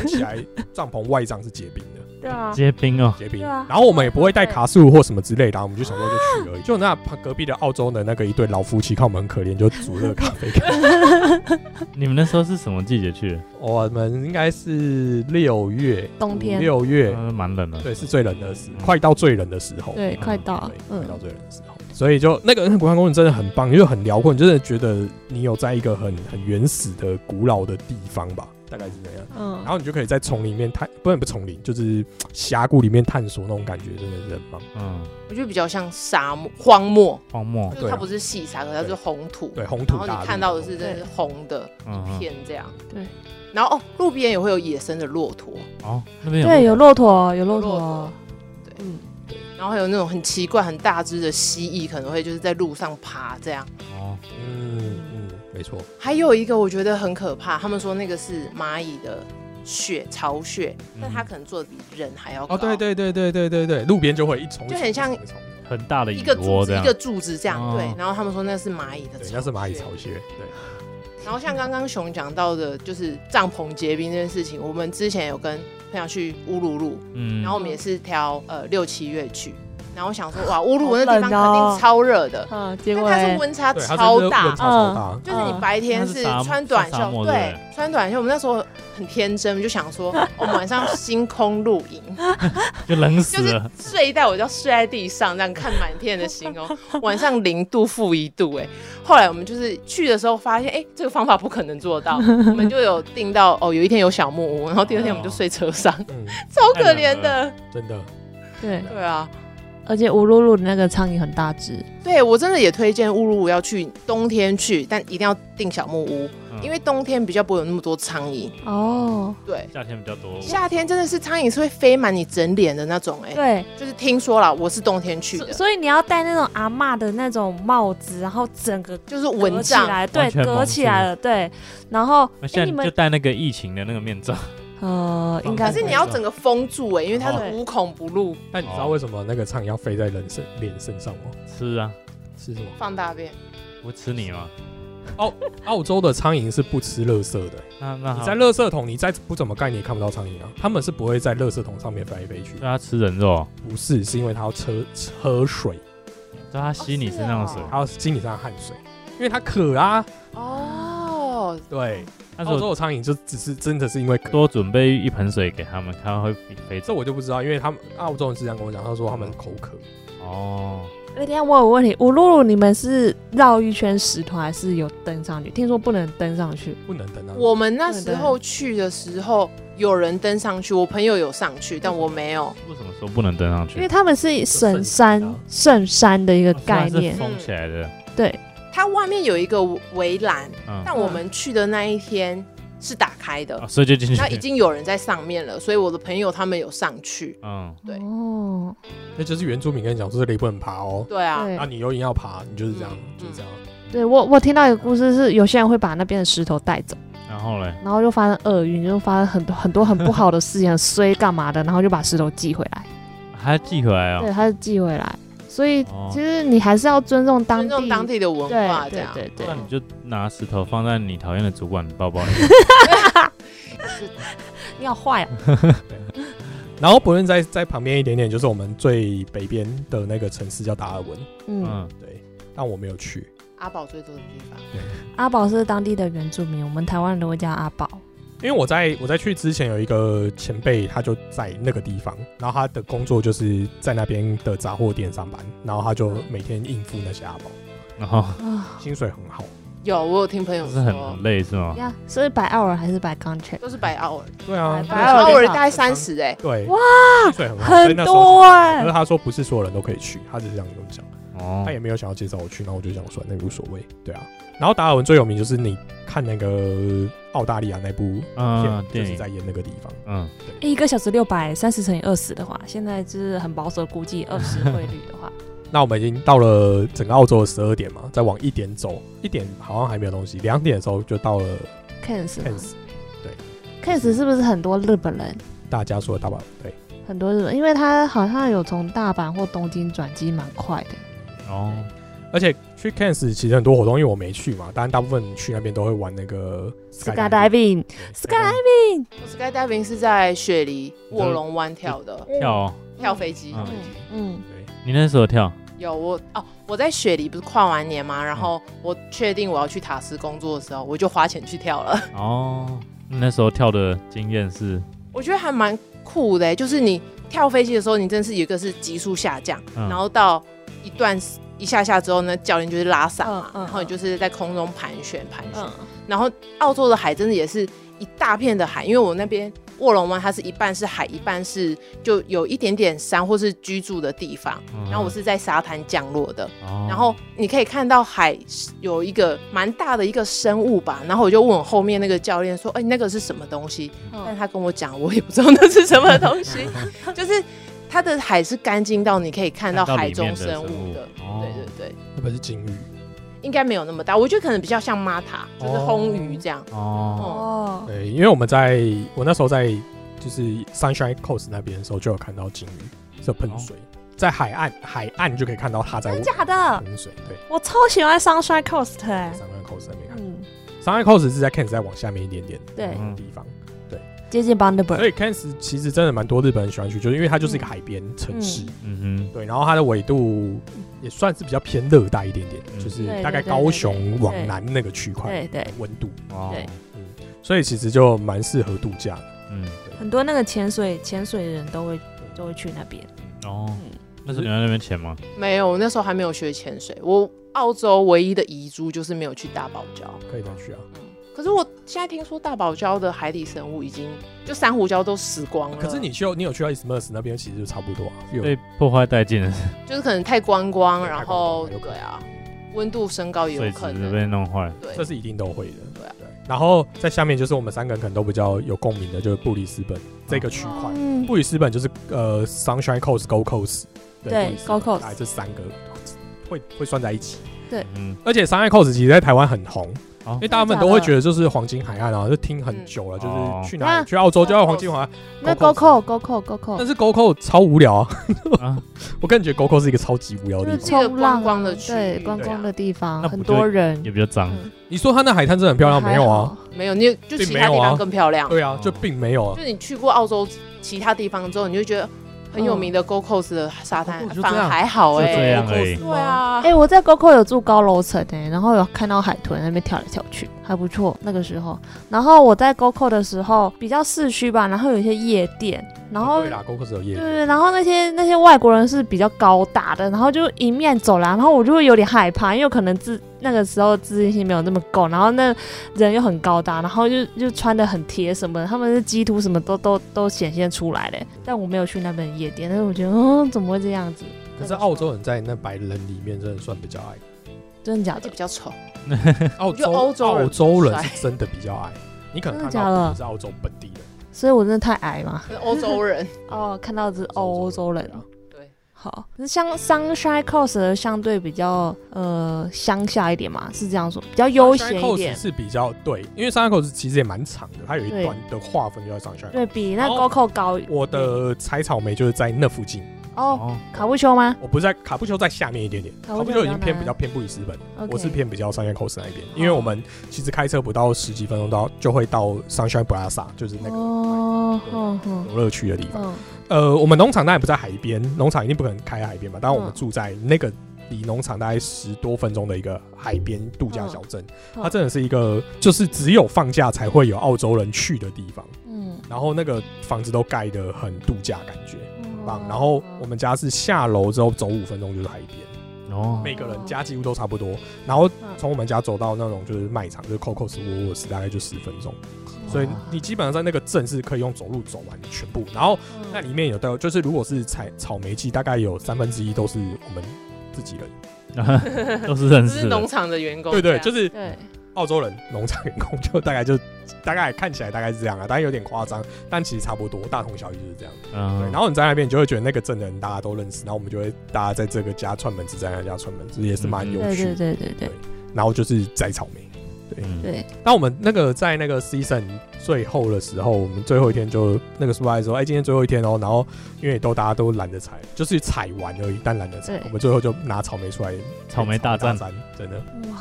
Speaker 3: 玩起来帐篷外帐是结冰的，
Speaker 5: 对啊，
Speaker 1: 结冰哦，
Speaker 3: 结冰。
Speaker 5: 对啊
Speaker 3: 然后我们也不会带卡数或什么之类的啊、我们就想说就 去而已。就那隔壁的澳洲的那个一对老夫妻，看我们很可怜，就煮热咖啡给我们。
Speaker 1: 你们那时候是什么季节去的？
Speaker 3: 我们应该是六月，
Speaker 5: 冬天
Speaker 3: 六月。
Speaker 1: 呃蛮冷的。
Speaker 3: 嗯对，是最冷的时，快到最冷的时候。
Speaker 5: 对，快到了
Speaker 3: 对，，
Speaker 5: 嗯
Speaker 3: 回，到最人的时候，所以就那个那个国家公园真的很棒，就是很辽阔，你真的觉得你有在一个很很原始的古老的地方吧，大概是这样。然
Speaker 5: 嗯，
Speaker 3: 后你就可以在丛林里面探，不是不是丛林，就是峡谷里面探索那种感觉，真的是很棒。
Speaker 1: 嗯，
Speaker 2: 我觉得比较像沙漠、荒漠，
Speaker 1: 荒漠。
Speaker 2: 就是它不是细沙，可是它是红土。
Speaker 3: 对，红
Speaker 2: 然
Speaker 3: 土
Speaker 2: 后
Speaker 3: 大陆
Speaker 2: 你看到的是这是红的
Speaker 1: 嗯
Speaker 2: 一
Speaker 1: 嗯。
Speaker 2: 片这样。
Speaker 5: 对。
Speaker 2: 然后哦，路边也会有野生的骆驼，
Speaker 1: 哦，那边有
Speaker 5: 对，有骆驼，有骆
Speaker 2: 有骆
Speaker 5: 驼
Speaker 2: 驼，对
Speaker 5: 嗯，
Speaker 2: 然后还有那种很奇怪、很大只的蜥蜴，可能会就是在路上爬这样。
Speaker 1: 哦，
Speaker 3: 嗯嗯，没错，
Speaker 2: 还有一个我觉得很可怕，他们说那个是蚂蚁的血巢穴，
Speaker 1: 嗯
Speaker 2: 但它可能做的比人还要高。
Speaker 3: 嗯哦，对。对对对对对对，路边就会一丛，
Speaker 2: 就很像
Speaker 3: 一丛一丛一丛
Speaker 1: 很大的
Speaker 2: 一
Speaker 1: 蚁
Speaker 2: 个
Speaker 1: 窝这
Speaker 2: 柱子，一
Speaker 1: 样
Speaker 2: 个。柱子这样，
Speaker 1: 哦
Speaker 2: 对。然后他们说那是蚂蚁的巢
Speaker 3: 对，
Speaker 2: 穴，
Speaker 3: 那是蚂蚁巢穴，对，
Speaker 2: 然后像刚刚熊讲到的，就是帐篷结冰这件事情，我们之前有跟朋友去乌鲁鲁，
Speaker 1: 嗯，
Speaker 2: 然后我们也是挑呃六七月去，然后想说哇，乌鲁那
Speaker 5: 好
Speaker 2: 地
Speaker 5: 冷
Speaker 2: 方
Speaker 5: 哦
Speaker 2: 肯定超热的，
Speaker 5: 嗯，结
Speaker 2: 但
Speaker 5: 果
Speaker 2: 它是
Speaker 5: 嘞
Speaker 2: 温差
Speaker 3: 对，它真的
Speaker 2: 超
Speaker 3: 温
Speaker 2: 大，
Speaker 3: 差超大，
Speaker 2: 就是你
Speaker 5: 嗯
Speaker 2: 白天
Speaker 1: 它是
Speaker 2: 是
Speaker 1: 沙
Speaker 2: 穿短
Speaker 1: 是沙漠
Speaker 2: 袖，
Speaker 1: 对
Speaker 2: 对，穿短袖。我们那时候很天真，就想说我们晚上星空露营，
Speaker 1: 就冷死
Speaker 2: 就是
Speaker 1: 了。
Speaker 2: 睡袋我就要睡在地上，这样看满天的星空，晚上零度负一度，哎。后来我们就是去的时候发现，哎，这个方法不可能做到，我们就有订到哦，有一天有小木屋，然后第二天我们就睡车上，
Speaker 3: 嗯，
Speaker 2: 超可
Speaker 1: 哦太
Speaker 2: 怜
Speaker 1: 冷
Speaker 2: 的
Speaker 1: 了，
Speaker 3: 真的，
Speaker 5: 对，
Speaker 2: 对啊。
Speaker 5: 而且乌鲁鲁的那个苍蝇很大只，
Speaker 2: 对我真的也推荐乌鲁鲁要去冬天去，但一定要订小木屋，
Speaker 1: 嗯
Speaker 2: 因为冬天比较不会有那么多苍蝇。
Speaker 5: 哦，
Speaker 2: 对，
Speaker 1: 夏天比较多。
Speaker 2: 夏天真的是苍蝇是会飞满你整脸的那种、哎，
Speaker 5: 对，
Speaker 2: 就是听说啦，我是冬天去
Speaker 5: 所
Speaker 2: 的，
Speaker 5: 所以你要戴那种阿嬷的那种帽子，然后整个
Speaker 2: 就是
Speaker 5: 隔
Speaker 2: 蚊
Speaker 5: 起
Speaker 2: 帐。
Speaker 5: 来，对
Speaker 1: 完，全
Speaker 5: 隔
Speaker 1: 蒙
Speaker 5: 起
Speaker 1: 住
Speaker 5: 来了，对。然后，
Speaker 1: 那
Speaker 5: 哎，
Speaker 1: 现
Speaker 5: 你
Speaker 1: 在就
Speaker 5: 们
Speaker 1: 戴那个疫情的那个面罩，
Speaker 5: 呃，应该
Speaker 2: 可是你要整个封住哎、因为它是无孔不入，
Speaker 3: 但你知道为什么那个苍蝇要飞在人身脸身上吗？
Speaker 1: 吃啊，
Speaker 3: 是什么？
Speaker 2: 放大便。
Speaker 1: 不吃你吗？
Speaker 3: 澳洲的苍蝇是不吃垃圾的、
Speaker 1: 那那
Speaker 3: 你
Speaker 1: 啊好
Speaker 3: 在垃圾桶，你再不怎么盖，你也看不到苍蝇啊。他们是不会在垃圾桶上面飞来飞去
Speaker 1: 对，它吃人肉，
Speaker 3: 不是，是因为它要喝喝水，
Speaker 1: 对它吸你身上的水
Speaker 2: 哦。
Speaker 3: 它要经理上汗水，因为它渴啊。
Speaker 2: 哦，
Speaker 3: 对，
Speaker 5: 啊
Speaker 1: 但是
Speaker 3: 澳
Speaker 1: 我
Speaker 3: 洲的苍蝇就只是真的是因为渴，
Speaker 1: 多准备一盆水给他们，它会飞飞
Speaker 3: 这
Speaker 1: 走。
Speaker 3: 我就不知道，因为他们澳洲人是这样跟我讲，他说他们口渴，
Speaker 1: 哦，
Speaker 5: 哎，等一下我有问题，乌鲁鲁你们是绕一圈石头还是有登上去？听说不能登上去，
Speaker 3: 不能等啊。
Speaker 2: 我们那
Speaker 5: 对
Speaker 2: 时
Speaker 5: 对
Speaker 2: 候去的时候，有人登上去，我朋友有上去，但我没有。
Speaker 1: 为什么说不能登上去？
Speaker 5: 因为他们是神
Speaker 3: 就圣
Speaker 5: 山圣山的一个
Speaker 1: 哦
Speaker 5: 概
Speaker 1: 虽然
Speaker 5: 念
Speaker 1: 是，封起来的。
Speaker 2: 它外面有一个围栏，
Speaker 1: 嗯，
Speaker 2: 但我们去的那一天是打开的
Speaker 1: 啊，所以就进去
Speaker 2: 那。已经有人在上面了，所以我的朋友他们有上去。
Speaker 1: 嗯，
Speaker 2: 对
Speaker 5: 哦，
Speaker 3: 那就是原住民跟你讲说这里不能爬哦，
Speaker 2: 对啊，
Speaker 5: 对
Speaker 3: 那你又硬要爬，你就是这样，
Speaker 2: 嗯
Speaker 3: 就是这样。
Speaker 5: 对我我听到一个故
Speaker 3: 嗯
Speaker 5: 事是有些人会把那边的石头带走，
Speaker 1: 然后嘞，
Speaker 5: 然后就发生厄运，就发生很多很多很不好的事情，很 衰干嘛的，然后就把石头寄回来，
Speaker 1: 还寄回来
Speaker 5: 对，
Speaker 1: 哦。
Speaker 5: 他就寄回来，所以
Speaker 1: 哦
Speaker 5: 其实你还是要尊重当
Speaker 2: 尊重
Speaker 5: 地，
Speaker 2: 当地的文化，这
Speaker 5: 对对
Speaker 2: 样。
Speaker 5: 对对
Speaker 1: 那，你就拿石头放在你讨厌的主管的包包里。
Speaker 5: 你好坏啊，
Speaker 3: 然后不论在在旁边一点点，就是我们最北边的那个城市叫达尔文，
Speaker 5: 嗯，
Speaker 1: 嗯，
Speaker 3: 对，但我没有去。
Speaker 2: 阿宝最多的地方，
Speaker 5: 阿宝是当地的原住民，我们台湾人都会叫阿宝，
Speaker 3: 因为我在我在去之前有一个前辈，他就在那个地方，然后他的工作就是在那边的杂货店上班，然后他就每天应付那些阿宝，
Speaker 1: 然后
Speaker 5: 啊，
Speaker 3: 薪水很好。
Speaker 2: 有我有听朋友
Speaker 1: 就是很
Speaker 2: 说，
Speaker 1: 累是
Speaker 3: 哦
Speaker 1: 吗？
Speaker 5: 呀，是白奥尔还是白钢圈？
Speaker 2: 都是白奥尔，
Speaker 3: 对啊，
Speaker 5: 白
Speaker 2: 白奥
Speaker 5: 奥
Speaker 2: 尔
Speaker 5: 尔
Speaker 2: 大概三十哎，
Speaker 3: 对，
Speaker 5: 哇，
Speaker 3: 薪水很好，所以
Speaker 5: 很
Speaker 3: 那时候
Speaker 5: 多哎、
Speaker 3: 可是他说不是所有人都可以去，他只是这样跟我讲，
Speaker 1: 哦
Speaker 3: 他，也没有想要介绍我去，然后我就想说那也无所谓，对啊。然后达尔文最有名就是你看那个澳大利亚那部
Speaker 1: 嗯
Speaker 3: 片，，就
Speaker 1: 电
Speaker 3: 是
Speaker 1: 影
Speaker 3: 在，演那个地方。
Speaker 1: 嗯，
Speaker 5: 一个小时六百三十乘以二十的话，现在就是很保守估计二十汇率的话，
Speaker 3: 那我们已经到了整个澳洲的十二点嘛，再往一点走，一点好像还没有东西，两点的时候就到了
Speaker 5: Kens 吗
Speaker 3: Cairns，
Speaker 5: Kens 是不是很多日本人？
Speaker 3: 大家说的大堡，对，
Speaker 5: 很多日本，因为他好像有从大阪或东京转机蛮快的。
Speaker 1: 哦，
Speaker 3: 而且去 Cairns 其实很多活动，因为我没去嘛，当然大部分去那边都会玩那个 skydiving，
Speaker 5: Skydiving，
Speaker 3: 对
Speaker 5: skydiving，
Speaker 2: skydiving 是在雪梨卧龙湾跳的，
Speaker 1: 跳哦，
Speaker 2: 跳飞机。
Speaker 1: 嗯
Speaker 5: 嗯，
Speaker 1: 你那时候跳，
Speaker 2: 有我哦，我在雪梨不是跨完年
Speaker 1: 嗯
Speaker 2: 嘛，然后我确定我要去塔斯工作的时候，我就花钱去跳了。
Speaker 1: 哦，你那时候跳的经验是，
Speaker 2: 我觉得还蛮酷的欸，就是你跳飞机的时候，你真是有一个是急速下降，
Speaker 1: 嗯
Speaker 2: 然后到一段一下下之后呢，教练就是拉撒嘛，
Speaker 5: 嗯嗯
Speaker 2: 然后你就是在空中盘旋盘旋。
Speaker 5: 嗯
Speaker 2: 然后澳洲的海真的也是一大片的海，因为我那边卧龙湾它是一半是海，一半是就有一点点山或是居住的地方。然后我是在沙滩降落的，
Speaker 1: 嗯哦，
Speaker 2: 然后你可以看到海有一个蛮大的一个生物吧，然后我就问我后面那个教练说：“哎、那个是什么东西？”
Speaker 5: 嗯
Speaker 2: 但他跟我讲，我也不知道那是什么东西，就是它的海是干净到你可以看到
Speaker 1: 看到
Speaker 2: 海
Speaker 1: 里面
Speaker 2: 中
Speaker 1: 的
Speaker 2: 生物
Speaker 1: 生物
Speaker 2: 的，
Speaker 1: 哦
Speaker 2: 对对对，
Speaker 3: 那边是鲸鱼，
Speaker 2: 应该没有那么大，我觉得可能比较像玛塔，就是
Speaker 3: 哦
Speaker 2: 红鱼这样。
Speaker 1: 哦，
Speaker 5: 哦，
Speaker 3: 对，因为我们在我那时候在就是 Sunshine Coast 那边的时候，就有看到鲸鱼是喷水，在海岸海岸就可以看到它在
Speaker 5: 哦真假的？
Speaker 3: 喷水，对
Speaker 5: 我超喜欢 Sunshine Coast 哎、
Speaker 3: ，Sunshine Coast 那边看
Speaker 5: 嗯，
Speaker 3: ，Sunshine Coast 是在 Cairns 再往下面一点点
Speaker 5: 对，
Speaker 1: 嗯
Speaker 3: 的地方，
Speaker 5: 接近 b o n d a b u r
Speaker 3: 所以 Cairns 其实真的蛮多日本人喜欢去，就是因为它就是一个海边城市。
Speaker 1: 嗯
Speaker 3: 对，然后它的纬度也算是比较偏热带一点点，
Speaker 1: 嗯
Speaker 3: 就是
Speaker 5: 对
Speaker 3: 大概
Speaker 5: 对对
Speaker 3: 高
Speaker 5: 对
Speaker 3: 雄往
Speaker 5: 对
Speaker 3: 南那个区块
Speaker 5: 对对，
Speaker 3: 温度，
Speaker 1: 哼，哦，
Speaker 5: 对
Speaker 3: 所以其实就蛮适合度假的。
Speaker 1: 嗯，
Speaker 5: 很多那个潜水潜水的人都会都会去那边。
Speaker 1: 哦
Speaker 5: 嗯，
Speaker 1: 那是你在那边潜吗？
Speaker 2: 没有，我那时候还没有学潜水，我澳洲唯一的遗珠就是没有去大堡礁。
Speaker 3: 可以再去啊。
Speaker 2: 嗯，可是我现在听说大堡礁的海底生物已经就珊瑚礁都死光了，
Speaker 3: 啊可是你去你有去到 Ismers 那边，其实就差不多啊。有
Speaker 1: 被破坏殆尽了，
Speaker 2: 就是可能太观光，
Speaker 3: 对太
Speaker 2: 然
Speaker 3: 观光
Speaker 2: 后
Speaker 3: 了有可
Speaker 2: 对
Speaker 3: 能
Speaker 2: 啊，温度升高也
Speaker 1: 水
Speaker 2: 有可
Speaker 1: 质
Speaker 2: 能，
Speaker 1: 被弄坏。
Speaker 2: 对
Speaker 3: 这，是一定都会的。
Speaker 2: 对啊
Speaker 3: 然后在下面就是我们三个人可能都比较有共鸣的，就是布里斯本这个区块。
Speaker 5: 嗯，
Speaker 3: 布里斯本就是呃 Sunshine Coast、Gold Coast，
Speaker 5: 对
Speaker 3: 布里斯本
Speaker 5: Gold Coast
Speaker 3: 大概这三个会会算在一起。
Speaker 1: 嗯，
Speaker 3: 而且 Sunshine Coast 其实在台湾很红，
Speaker 1: 哦
Speaker 3: 因为大部分都会觉得就是黄金海岸啊，就听很久了，
Speaker 1: 嗯
Speaker 3: 就是去哪
Speaker 5: 那哦
Speaker 3: 里去澳洲就要黄金海岸，
Speaker 5: 那
Speaker 3: GoCo
Speaker 5: Go Co Go Co Go
Speaker 3: 但
Speaker 5: Co，
Speaker 3: 是 GoCo 超无聊啊，
Speaker 1: 啊，
Speaker 3: 我个人觉得 GoCo 是一个超级无聊
Speaker 5: 就
Speaker 3: 的
Speaker 5: 是
Speaker 3: 地方。
Speaker 2: 一个
Speaker 5: 冲浪啊
Speaker 2: 观光的区域
Speaker 5: 对，
Speaker 2: 对
Speaker 5: 观光的地方
Speaker 1: 那，不
Speaker 5: 很
Speaker 1: 对
Speaker 5: 多人
Speaker 1: 也，比较脏。
Speaker 5: 嗯
Speaker 3: 你说它那海滩真的很漂亮，没有啊？？
Speaker 2: 没有，你就
Speaker 3: 对
Speaker 2: 其
Speaker 3: 没
Speaker 2: 他
Speaker 3: 有
Speaker 2: 地
Speaker 3: 啊
Speaker 2: 方更漂亮。
Speaker 3: 对啊，
Speaker 1: 哦
Speaker 3: 就并没有啊
Speaker 2: 就。你去过澳洲其他地方之后，你就觉得很有名的 Gold Coast 的沙滩
Speaker 3: Gold Coast 嗯哦就这哦样
Speaker 2: 反而还好
Speaker 1: 就这
Speaker 2: 哎、
Speaker 1: 样而已
Speaker 2: 对，啊
Speaker 5: 哎、，我在 GoCo 有住高楼层哎，然后有看到海豚在那边跳来跳去，还不错。那个时候，然后我在 GoCo 的时候比较市区吧，然后有一些夜店，然后
Speaker 3: 对啦，GoCo 是有夜
Speaker 5: 对
Speaker 3: 店
Speaker 5: 对，然后那些那些外国人是比较高大的，然后就迎面走来，然后我就会有点害怕，因为可能自那个时候自信心没有那么够，然后那人又很高大，然后就就穿的很贴什么的，他们是基督什么都都 都显现出来嘞。但我没有去那边的夜店，但是我觉得，嗯，怎么会这样子？
Speaker 3: 可是澳洲人在那白人里面真的算比较 矮，
Speaker 5: 真的假
Speaker 2: 而且
Speaker 5: 的
Speaker 2: 比？较丑，
Speaker 3: 澳
Speaker 2: 就欧
Speaker 3: 洲
Speaker 2: 洲人
Speaker 3: 澳洲人
Speaker 2: 帅
Speaker 3: 是真的比较矮，你可能看
Speaker 5: 真的假
Speaker 3: 到
Speaker 5: 的
Speaker 3: 不是澳洲本地人。
Speaker 5: 所以我真的太矮嘛。
Speaker 2: 是欧洲人
Speaker 5: 哦，看到的是欧洲
Speaker 3: 啊
Speaker 5: 人。
Speaker 2: 对，
Speaker 5: 好，那像 Sunshine Coast 的相对比较呃乡下一点嘛，是这样说，比较悠闲一
Speaker 3: Sunshine
Speaker 5: 点
Speaker 3: Coast，是比较对，因为 Sunshine Coast 其实也蛮长的，它有一
Speaker 5: 对
Speaker 3: 段的划分就在 Sunshine Coast。
Speaker 5: 对比那
Speaker 3: 哦
Speaker 5: GoCo 高一
Speaker 3: 我的采草莓就是在那附近，
Speaker 5: 哦，卡布丘吗？
Speaker 3: 我不是在卡布丘在下面一点点，
Speaker 5: 卡
Speaker 3: 卡
Speaker 5: 布丘
Speaker 3: 布丘已经
Speaker 5: 比较
Speaker 3: 偏
Speaker 5: 南
Speaker 3: 比较偏布里斯本，
Speaker 5: OK
Speaker 3: 我是偏比较 Sunshine Coast 那一边，因为我们其实开车不到十几分钟到就会到 Sunshine Plaza，就是那个
Speaker 5: 哦，嗯嗯
Speaker 3: 游乐区的地方。
Speaker 5: 嗯，
Speaker 3: 呃，我们农场当然不在海边，农场一定不可能开海边嘛。当然我们
Speaker 5: 嗯
Speaker 3: 住在那个离农场大概十多分钟的一个海边度假小镇，
Speaker 5: 嗯
Speaker 3: 它真的是一个就是只有放假才会有澳洲人去的地方。
Speaker 5: 嗯，
Speaker 3: 然后那个房子都盖得很度假感觉，
Speaker 5: 很
Speaker 3: 很棒。然后我们家是下楼之后走五分钟就是海边，
Speaker 5: 嗯
Speaker 1: 哦，
Speaker 3: 每个人家几乎都差不多。然后从我们家走到那种就是卖场，就是 Coco's Woolworths 大概就十分钟。所以你基本上在那个镇是可以用走路走完全部。然后
Speaker 5: 嗯
Speaker 3: 那里面有到，就是如果是采草莓季，大概有三分之一都是我们自己人。
Speaker 1: 都是认
Speaker 2: 这
Speaker 1: 识的
Speaker 2: 是农，场的员工，
Speaker 3: 对
Speaker 2: 这
Speaker 3: 对，
Speaker 2: 样
Speaker 3: 就是
Speaker 5: 对，
Speaker 3: 澳洲人农场员工，就大概就大概看起来大概是这样啊，当然有点夸张，但其实差不多，大同小异就是这样。对，
Speaker 1: 嗯
Speaker 3: 然，后你在那边，你就会觉得那个镇的人大家都认识，然后我们就会大家在这个家串门子，在那家串门子，也是蛮有
Speaker 5: 嗯对
Speaker 3: 趣
Speaker 5: 对
Speaker 3: 的。
Speaker 5: 对对对
Speaker 3: 然后就是摘草莓。
Speaker 1: 嗯
Speaker 5: 对，
Speaker 3: 那我们那个在那个 season 最后的时候，我们最后一天就那个出来说，哎，今天最后一天哦，然后因为都大家都懒得采，就是采完而已，但懒得采
Speaker 5: 对。
Speaker 3: 我们最后就拿草莓出来，
Speaker 1: 草莓大战
Speaker 3: 草莓大真的
Speaker 5: 哇，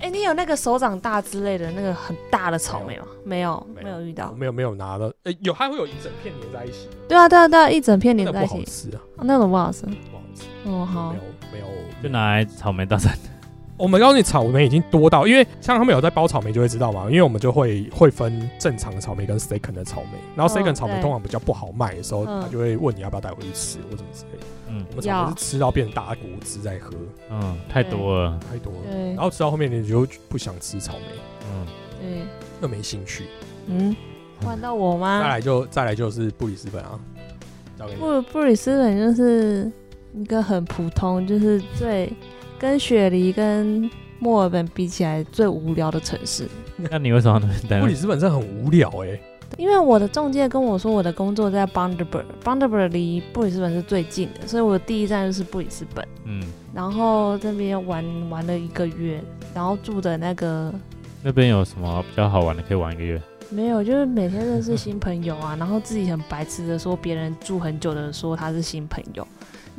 Speaker 5: 哎，你有那个手掌大之类的那个很大的草莓吗？没有，
Speaker 3: 没有
Speaker 5: 没有遇
Speaker 3: 我
Speaker 5: 到。
Speaker 3: 没有没有拿到，哎，有还会有一整片粘在一起，
Speaker 5: 对啊对啊对啊，一整片
Speaker 3: 真的
Speaker 5: 连在
Speaker 3: 不
Speaker 5: 一
Speaker 3: 好
Speaker 5: 起，
Speaker 3: 吃啊，
Speaker 5: 哦那种不好吃。
Speaker 3: 不好吃，
Speaker 5: 哦好
Speaker 3: 没，有没有，
Speaker 1: 就拿来草莓大战，
Speaker 3: 我们告诉你，草莓已经多到，因为像他们有在包草莓就会知道嘛，因为我们就会会分正常的草莓跟 second 的草莓，然后
Speaker 5: 嗯
Speaker 3: second 草莓
Speaker 5: 对
Speaker 3: 通常比较不好卖的时候，
Speaker 5: 嗯
Speaker 3: 他就会问你要不要带回去吃或怎么之类的。
Speaker 1: 嗯
Speaker 3: 我们草莓
Speaker 5: 要
Speaker 3: 是吃到变成大果汁在喝，
Speaker 1: 嗯，太多了，
Speaker 3: 太多了，
Speaker 5: 对
Speaker 3: 然后吃到后面你就不想吃草莓，
Speaker 1: 嗯，
Speaker 5: 对，
Speaker 3: 又没兴趣。
Speaker 5: 嗯，换到我
Speaker 3: 再
Speaker 5: 吗？
Speaker 3: 来就再来就是布里斯本啊，交给你。
Speaker 5: 布布里斯本就是一个很普通，就是最跟雪梨跟墨尔本比起来最无聊的城市。
Speaker 1: 那你为什么要那边
Speaker 3: 布
Speaker 1: 待
Speaker 3: 里？斯本真的很无聊哎、
Speaker 5: 因为我的中介跟我说，我的工作在 Bundaberg，Bundaberg 离布里斯本是最近的，所以我的第一站就是布里斯本。
Speaker 1: 嗯，
Speaker 5: 然后这边玩玩了一个月，然后住的那个
Speaker 1: 那边有什么比较好玩的？可以玩一个月？
Speaker 5: 没有，就是每天认识新朋友啊，然后自己很白痴的说别人住很久的说他是新朋友，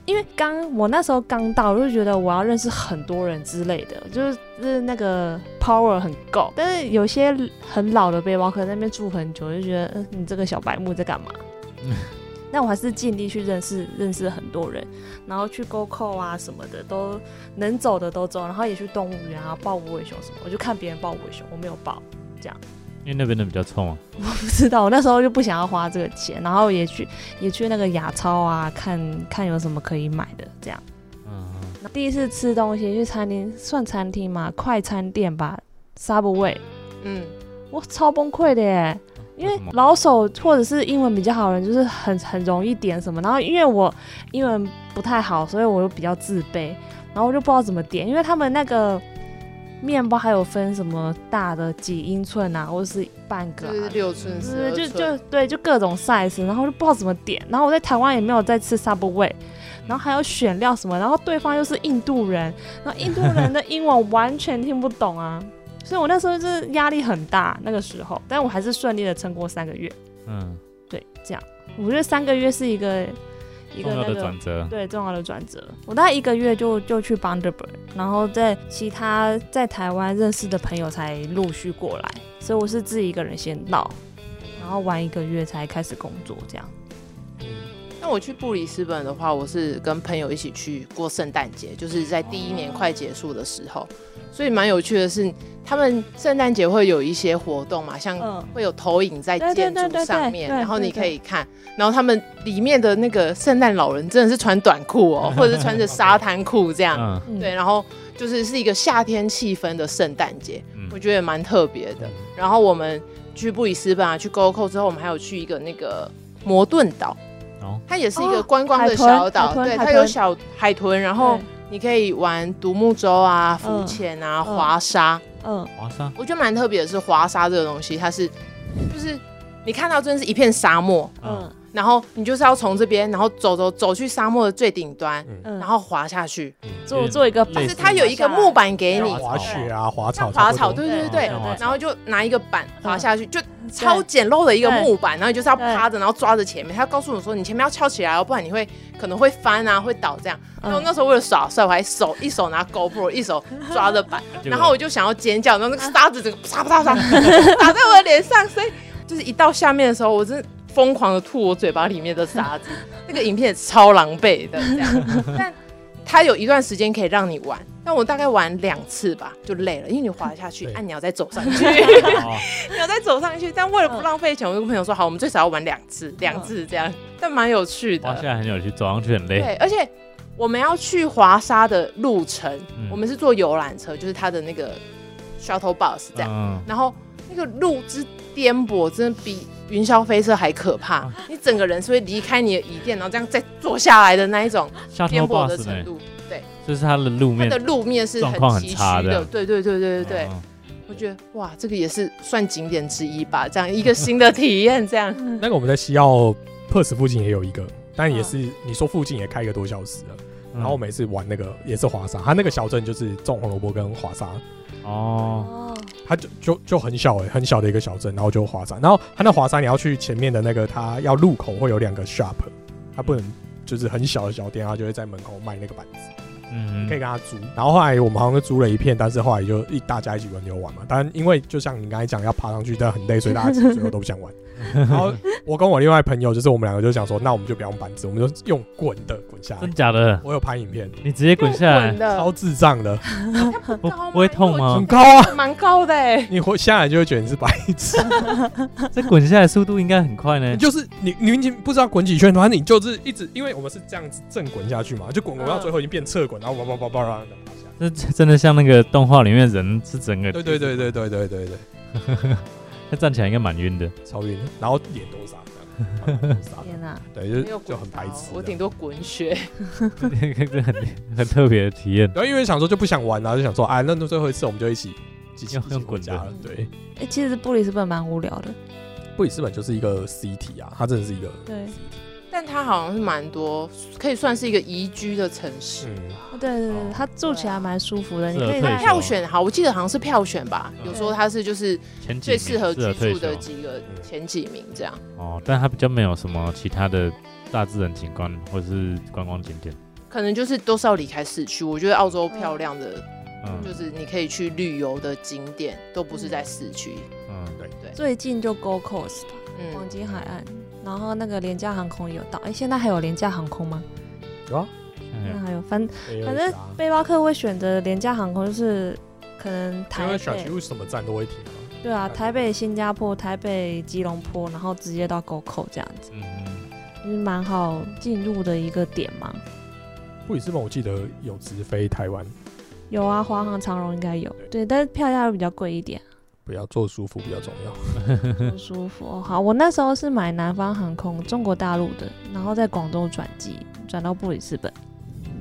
Speaker 5: 因为刚我那时候刚到，我就觉得我要认识很多人之类的，就是就是那个 power 很够，但是有些很老的背包客在那边住很久，就觉得、呃、你这个小白木在干嘛？那我还是尽力去认识认识很多人，然后去 GoCo 啊什么的，都能走的都走，然后也去动物园啊抱无尾熊什么，我就看别人抱无尾熊，我没有抱。
Speaker 1: 因为那边的比较臭嘛。
Speaker 5: 不知道，我那时候就不想要花这个钱，然后也去也去那个亚超啊，看看有什么可以买的这样。
Speaker 1: 嗯，
Speaker 5: 第一次吃东西去餐厅，算餐厅吗？快餐店吧，Subway，
Speaker 2: 嗯，
Speaker 5: 我超崩溃的耶！因
Speaker 1: 为
Speaker 5: 为
Speaker 1: 什么
Speaker 5: 老手或者是英文比较好的人，就是很很容易点什么。然后因为我英文不太好，所以我又比较自卑，然后我就不知道怎么点，因为他们那个面包还有分什么大的几英寸啊，或者是半个、
Speaker 2: 就
Speaker 5: 啊，
Speaker 2: 是六寸、十
Speaker 5: 是
Speaker 2: 二
Speaker 5: 就
Speaker 2: 寸，
Speaker 5: 就对，就各种 size，然后就不知道怎么点。然后我在台湾也没有在吃 Subway，然后还有选料什么，然后对方又是印度人，然后印度人的英文完全听不懂啊。所以我那时候就是压力很大，那个时候，但我还是顺利的撑过三个月。
Speaker 1: 嗯，
Speaker 5: 对，这样，我觉得三个月是一个一
Speaker 1: 重
Speaker 5: 个
Speaker 1: 要
Speaker 5: 那
Speaker 1: 的
Speaker 5: 个
Speaker 1: 转折。
Speaker 5: 对重要的转折。我大概一个月就就去 Bundaberg，然后在其他在台湾认识的朋友才陆续过来，所以我是自己一个人先到，然后玩一个月才开始工作这样。
Speaker 3: 嗯
Speaker 2: 那我去布里斯本的话，我是跟朋友一起去过圣诞节，就是在第一年快结束的时候，所以蛮有趣的是，他们圣诞节会有一些活动嘛，像
Speaker 5: 嗯，
Speaker 2: 会有投影在
Speaker 5: 对对
Speaker 2: 建
Speaker 5: 对
Speaker 2: 筑
Speaker 5: 对
Speaker 2: 上
Speaker 5: 对
Speaker 2: 面，
Speaker 5: 对
Speaker 2: 然后
Speaker 5: 对
Speaker 2: 你
Speaker 5: 对
Speaker 2: 可以看，然后他们里面的那个圣诞老人真的是穿短裤哦，或者是穿着沙滩裤这样，
Speaker 1: 嗯，
Speaker 2: 对，然后就是是一个夏天气氛的圣诞节，
Speaker 1: 嗯
Speaker 2: 我觉得蛮特别的
Speaker 3: 嗯。
Speaker 2: 然后我们去布里斯本啊，去 g o c o 之后，我们还有去一个那个摩顿岛，
Speaker 1: 哦，
Speaker 2: 它也是一
Speaker 5: 哦
Speaker 2: 个观光的
Speaker 5: 海豚
Speaker 2: 小岛，
Speaker 5: 海豚
Speaker 2: 对，
Speaker 5: 海
Speaker 2: 它有
Speaker 5: 豚
Speaker 2: 小海豚，然后
Speaker 5: 对
Speaker 2: 你可以玩独木舟啊、浮
Speaker 5: 嗯
Speaker 2: 潜啊、
Speaker 5: 嗯
Speaker 2: 滑沙。
Speaker 5: 嗯，
Speaker 1: 华沙，
Speaker 2: 我觉得蛮特别的是滑沙这个东西，它是就是你看到真的是一片沙漠，
Speaker 1: 嗯
Speaker 5: 嗯
Speaker 2: 然后你就是要从这边，然后走走走去沙漠的最顶端，
Speaker 5: 嗯，
Speaker 2: 然后滑下去。
Speaker 5: 做做一个
Speaker 1: 类
Speaker 5: 板
Speaker 2: 但
Speaker 1: 似
Speaker 2: 是它有一个木板给
Speaker 3: 像
Speaker 2: 你
Speaker 1: 滑草
Speaker 3: 滑雪啊，滑草
Speaker 2: 像
Speaker 3: 差
Speaker 2: 呃滑
Speaker 3: 不多，
Speaker 2: 草，对对对
Speaker 1: 嗯
Speaker 2: 对
Speaker 1: 滑，
Speaker 2: 然后就拿一个板滑
Speaker 5: 嗯
Speaker 2: 下去，就超简陋的一个木板，然后你就是要
Speaker 5: 对
Speaker 2: 趴着，然后抓着前面。他告诉我说，你前面要翘起来哦，不然你会可能会翻啊，会倒这样。
Speaker 5: 嗯
Speaker 2: 然后那时候为了耍帅，我还手一手拿 GoPro，一手抓着板，然后我就想要尖叫，然后那个沙子整个啪啪 啪啪打在我的脸上，所以就是一到下面的时候，我真的疯狂的吐我嘴巴里面的沙 子。那个影片也超狼狈的，这样。但它有一段时间可以让你玩，但我大概玩两次吧，就累了，因为你滑下去，
Speaker 3: 对
Speaker 2: 按、你要再走上 去，
Speaker 1: 哦
Speaker 2: 你要再走上去。但为了不浪费钱，我就跟朋友说，好，我们最少要玩两次，两次这样，但蛮有趣
Speaker 1: 嗯
Speaker 2: 的。
Speaker 1: 哇，现在很有趣，走上去很累。
Speaker 2: 对，而且我们要去华沙的路程，
Speaker 1: 嗯
Speaker 2: 我们是坐游览车，就是它的那个 shuttle bus 这样，
Speaker 1: 嗯，
Speaker 2: 然后那个路之颠簸，真的比云霄飞车还可怕。
Speaker 1: 嗯
Speaker 2: 你整个人是会离开你的椅垫，然后这样再坐下来的那一种
Speaker 1: 下
Speaker 2: 颠
Speaker 1: 头
Speaker 2: 簸的
Speaker 1: bus
Speaker 2: 程
Speaker 1: 呢，
Speaker 2: 度。对，
Speaker 1: 这是它的路
Speaker 2: 它
Speaker 1: 面
Speaker 2: 的路面是
Speaker 1: 状况很
Speaker 2: 崎
Speaker 1: 差
Speaker 2: 岖
Speaker 1: 的
Speaker 2: 的。对对对对对对，
Speaker 1: 嗯
Speaker 2: 我觉得哇，这个也是算景点之一吧，这样一个新的体验，这样。
Speaker 5: 嗯
Speaker 3: 那个我们在西澳珀斯附近也有一个，但也是你说附近也开一个多小时了。
Speaker 1: 嗯
Speaker 3: 然后我每次玩那个也是滑沙，它那个小镇就是种红萝卜跟滑沙，
Speaker 1: 哦，
Speaker 5: 哦，
Speaker 3: 它就就就很小哎、很小的一个小镇，然后就滑沙。然后它那滑沙你要去前面的那个，它要入口会有两个 shop，它不能就是很小的小店，它就会在门口卖那个板子。
Speaker 1: 嗯，
Speaker 3: 可以跟他租。然后后来我们好像就租了一片，但是后来就一大家一起轮流玩嘛。当然，因为就像你刚才讲，要爬上去，但很累，所以大家其实最后都不 想玩。然后我跟我另外朋友，就是我们两个就想说，那我们就不要用板子，我们就用滚的滚下来
Speaker 1: 真。假的，
Speaker 3: 我有拍影片，
Speaker 1: 你直接滚下来
Speaker 2: 滚，的
Speaker 3: 超，智障的，
Speaker 2: 它不
Speaker 1: 不
Speaker 2: 高吗
Speaker 1: 不会痛？吗
Speaker 3: 很？高
Speaker 2: 因
Speaker 3: 啊！
Speaker 2: 为我蛮高的哎、
Speaker 3: 你会下来就会觉得你是白痴，
Speaker 1: 这滚下来速度应该很快呢
Speaker 3: 你。就是你你已经不知道滚几圈，反正你就是一直，因为我们是这样子正滚下去嘛，就滚滚到最后已经变侧滚，然后叭叭叭叭叭然后爬下
Speaker 1: 这
Speaker 3: 来。
Speaker 1: 这真的像那个动画里面人是整个，
Speaker 3: 对对对对对对对对，
Speaker 1: 他站起来应该蛮晕的。
Speaker 3: 超晕，然后脸都是沙这样，脸都是沙
Speaker 5: 天哪、
Speaker 3: 对，就
Speaker 2: 没有
Speaker 3: 是
Speaker 2: 滚
Speaker 3: 就很啊白痴
Speaker 2: 到
Speaker 3: 这样。
Speaker 2: 我顶多滚雪。
Speaker 1: 那个这很很特别的体验。
Speaker 3: 然后因为想说就不想玩了，就想说，哎，那那最后一次我们就一起一起
Speaker 1: 用
Speaker 3: 一起
Speaker 1: 用滚
Speaker 3: 回
Speaker 1: 的
Speaker 3: 家了。对，
Speaker 5: 哎、其实布里斯本蛮无聊的，
Speaker 3: 布里斯本就是一个 city 啊，它真的是一个，
Speaker 5: 对，
Speaker 2: 但它好像是蛮多，可以算是一个宜居的城市。
Speaker 3: 嗯，
Speaker 5: 对对
Speaker 1: 哦
Speaker 5: 对，他住起来蛮舒服的，
Speaker 1: 适
Speaker 5: 你
Speaker 1: 合
Speaker 5: 可以
Speaker 1: 退
Speaker 5: 在
Speaker 1: 休
Speaker 2: 票选好，我记得好像是票选吧，
Speaker 1: 哦嗯
Speaker 2: 有说它是就是
Speaker 1: 前几
Speaker 2: 最
Speaker 1: 名
Speaker 2: 适合居
Speaker 1: 退
Speaker 2: 住的
Speaker 1: 休嗯
Speaker 2: 几个前几名这样。
Speaker 1: 哦，但它比较没有什么其他的大自然景观或是观光景点。
Speaker 2: 可能就是都是要离开市区。我觉得澳洲漂亮的
Speaker 1: 嗯
Speaker 2: 就是你可以去旅游的景点都不是在市区，
Speaker 1: 嗯，
Speaker 5: 最近就 Go Coast 吧，黄
Speaker 2: 嗯，
Speaker 5: 金海岸，然后那个廉价航空也有到，哎、现在还有廉价航空吗？
Speaker 3: 有啊，
Speaker 5: 那
Speaker 1: 嗯
Speaker 5: 还有，反
Speaker 3: 反
Speaker 5: 反正背包客会选择廉价航空，就是可能
Speaker 3: 因
Speaker 5: 台
Speaker 3: 为小区
Speaker 5: 北，
Speaker 3: 为什么站都会停啊，
Speaker 5: 对啊，台北、新加坡、台北、吉隆坡，然后直接到 Go Coast 这样子，
Speaker 1: 嗯，
Speaker 5: 就是蛮好进入的一个点嘛。
Speaker 3: 布里斯本我记得有直飞台湾，
Speaker 5: 有啊，华航、长荣应该有，对，但是票价会比较贵一点。
Speaker 3: 不要坐舒服比较重要。
Speaker 2: 嗯
Speaker 5: 不舒服、哦。好，我那时候是买南方航空中国大陆的，然后在广州转机，转到布里斯本，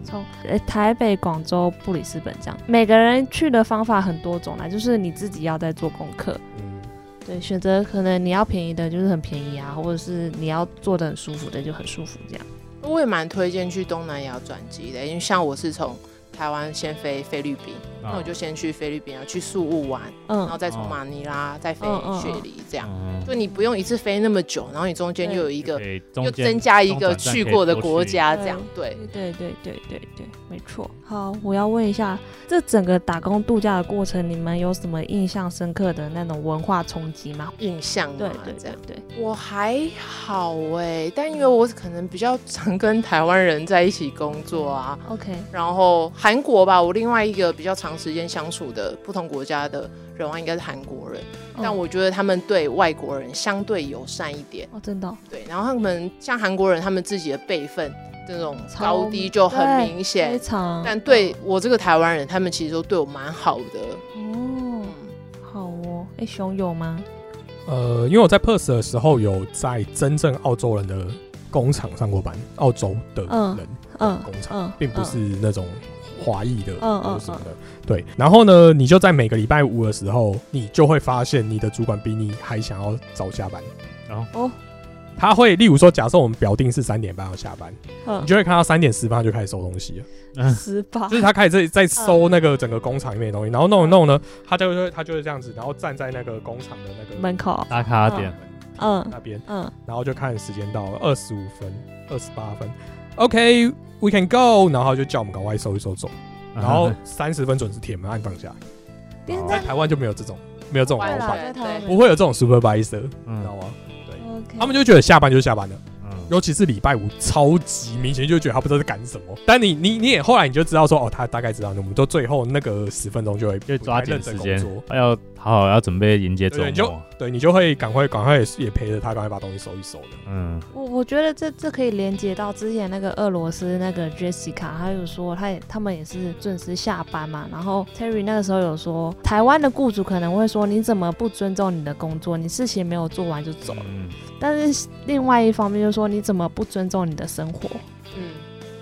Speaker 5: 从呃台北、广州、布里斯本这样。每个人去的方法很多种啦，就是你自己要在做功课，
Speaker 3: 嗯，
Speaker 5: 对，选择可能你要便宜的，就是很便宜啊，或者是你要坐的很舒服的，就很舒服这样。
Speaker 1: 嗯
Speaker 2: 我也蛮推荐去东南亚转机的，因为像我是从台湾先飞菲律宾，那我就先去菲律宾啊，去宿务玩，然后
Speaker 5: 嗯，
Speaker 2: 再从马尼拉再飞
Speaker 5: 嗯嗯嗯
Speaker 2: 雪梨，这样。
Speaker 1: 嗯
Speaker 2: 就你不用一次飞那么久，然后你中间
Speaker 5: 对
Speaker 2: 又有一个，
Speaker 1: 可以中
Speaker 2: 又
Speaker 1: 间
Speaker 2: 增加一个
Speaker 1: 中转站
Speaker 2: 去
Speaker 1: 可以
Speaker 2: 过的
Speaker 1: 多
Speaker 2: 国
Speaker 1: 去
Speaker 2: 家，
Speaker 5: 对
Speaker 2: 这样对。
Speaker 5: 对对对对对，没错。好，我要问一下，这整个打工度假的过程，你们有什么印象深刻的那种文化冲击吗？
Speaker 2: 印象
Speaker 5: 对
Speaker 2: 嘛，
Speaker 5: 对
Speaker 2: 这
Speaker 5: 对
Speaker 2: 样
Speaker 5: 对，
Speaker 2: 我还好哎、但因为我可能比较常跟台湾人在一起工作啊，
Speaker 5: OK，
Speaker 2: 然后韩国吧，我另外一个比较长时间相处的不同国家的人的话，应该是韩国
Speaker 5: 哦
Speaker 2: 人，但我觉得他们对外国人相对友善一点，
Speaker 5: 哦，真的哦、
Speaker 2: 对，然后他们像韩国人，他们自己的辈分这种
Speaker 5: 超
Speaker 2: 高低就很明
Speaker 5: 非
Speaker 2: 显，
Speaker 5: 常，
Speaker 2: 但对我这个台湾人，他们其实都对我蛮好的，
Speaker 5: 哦，
Speaker 2: 嗯，
Speaker 5: 好哦，哎，熊有吗？
Speaker 3: 呃，因为我在 Perth 的时候有在真正澳洲人的工厂上过班，澳洲的
Speaker 5: 嗯
Speaker 3: 人
Speaker 5: 嗯
Speaker 3: 工厂，
Speaker 5: 嗯，
Speaker 3: 并不是那种华裔的
Speaker 5: 嗯
Speaker 3: 或
Speaker 5: 嗯
Speaker 3: 者什么的。对，然后呢，你就在每个礼拜五的时候，你就会发现你的主管比你还想要早下班。
Speaker 1: 哦
Speaker 5: 哦，
Speaker 3: 他会，例如说，假设我们表定是三点半要下班，
Speaker 5: 嗯
Speaker 3: 你就会看到三点十分他就开始收东西了，
Speaker 5: 嗯十八
Speaker 3: 就，是他开始在在收那个整个工厂里面的东西，然后弄一弄呢，他就会他就会这样子，然后站在那个工厂的那个
Speaker 5: 门口，
Speaker 1: 打卡点，
Speaker 5: 嗯
Speaker 3: 那边，
Speaker 5: 嗯，
Speaker 3: 然后就看时间到了，二十五分、二十八分，OK，we、can go，然后他就叫我们赶快收一收走，
Speaker 1: 嗯
Speaker 3: 然后三十分准时铁门按放下。
Speaker 5: 现
Speaker 3: 在
Speaker 5: 在
Speaker 3: 台湾就没有这种，没有这种
Speaker 2: 完
Speaker 3: 老
Speaker 5: 对啦
Speaker 3: 板，
Speaker 5: 在
Speaker 2: 对
Speaker 5: 台湾
Speaker 2: 对
Speaker 3: 不会有这种 supervisor，你知 道
Speaker 1: 嗯
Speaker 3: 吗？
Speaker 5: OK，
Speaker 3: 他们就觉得下班就是下班了，
Speaker 1: 嗯，
Speaker 3: 尤其是礼拜五，超级明显就觉得他不知道在赶什么。但你你你也后来你就知道说，哦，他大概知道，我们都最后那个十分钟就会
Speaker 1: 就抓紧时间
Speaker 3: 不太认真工作，
Speaker 1: 要好好要准备迎接周
Speaker 3: 对你
Speaker 1: 末
Speaker 3: 就，对你就会赶快赶快也也陪着他，赶快把东西收一收的。
Speaker 1: 嗯，
Speaker 5: 我我觉得这这可以连接到之前那个俄罗斯那个 Jessica，她有说她也他们也是准时下班嘛，然后 Terry 那个时候有说，台湾的雇主可能会说你怎么不尊重你的工作，你事情没有做完就走了，
Speaker 1: 嗯
Speaker 5: 但是另外一方面就说你怎么不尊重你的生活，
Speaker 2: 嗯，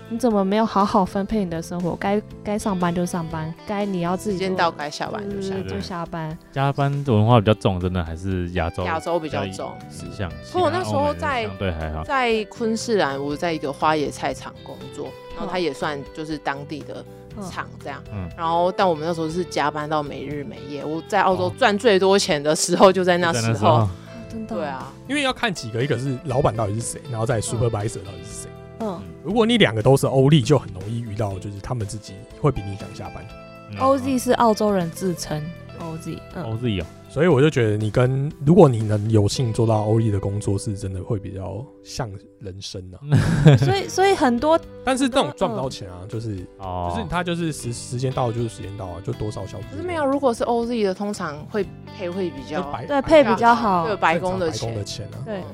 Speaker 5: 你怎么没有好好分配你的生活，该该上班就上班，该你要自己
Speaker 2: 时间
Speaker 5: 做
Speaker 2: 到该下班就下
Speaker 5: 对
Speaker 2: 班
Speaker 5: 对。对就下班，
Speaker 1: 加班的文化比较重，真的还是亚洲
Speaker 2: 亚洲比较
Speaker 1: 比较
Speaker 2: 重，
Speaker 1: 是像。
Speaker 2: 不过我那时候在
Speaker 1: 对还好，
Speaker 2: 在昆士兰，我在一个花野菜场工作，然后
Speaker 5: 嗯
Speaker 2: 它也算就是当地的
Speaker 5: 嗯
Speaker 2: 厂这样。
Speaker 1: 嗯
Speaker 2: 然后，但我们那时候是加班到没日没夜。我在澳洲
Speaker 1: 哦
Speaker 2: 赚最多钱的时候就在那
Speaker 1: 在
Speaker 2: 时
Speaker 1: 时
Speaker 2: 候。
Speaker 1: 候，
Speaker 5: 真的
Speaker 2: 对，啊，
Speaker 5: 嗯
Speaker 3: 因为要看几个，一个是老板到底是谁，然
Speaker 1: 嗯
Speaker 3: 后再 supervisor 到底是谁。
Speaker 5: 嗯
Speaker 3: 如果你两个都是欧力，就很容易遇到，就是他们自己会比你想下班。
Speaker 1: 嗯
Speaker 5: ，OZ 是澳洲人自称 OZ，嗯
Speaker 1: OZ 哦，
Speaker 3: 所以我就觉得你跟如果你能有幸做到欧力的工作，是真的会比较像人生
Speaker 1: 嗯
Speaker 3: 啊。
Speaker 5: 所以所以很多
Speaker 3: 但是那种赚不到钱啊，就是
Speaker 1: 哦，
Speaker 3: 就是他就是时时间到了就是时间到啊，就多少小时。
Speaker 2: 可是没有，如果是 OZ 的，通常会配会比
Speaker 3: 就
Speaker 2: 较
Speaker 3: 白
Speaker 5: 对配
Speaker 2: 比
Speaker 5: 较好
Speaker 2: 会有
Speaker 3: 白
Speaker 2: 白宫的
Speaker 3: 白
Speaker 2: 钱
Speaker 3: 工的，钱啊。
Speaker 5: 对
Speaker 3: 啊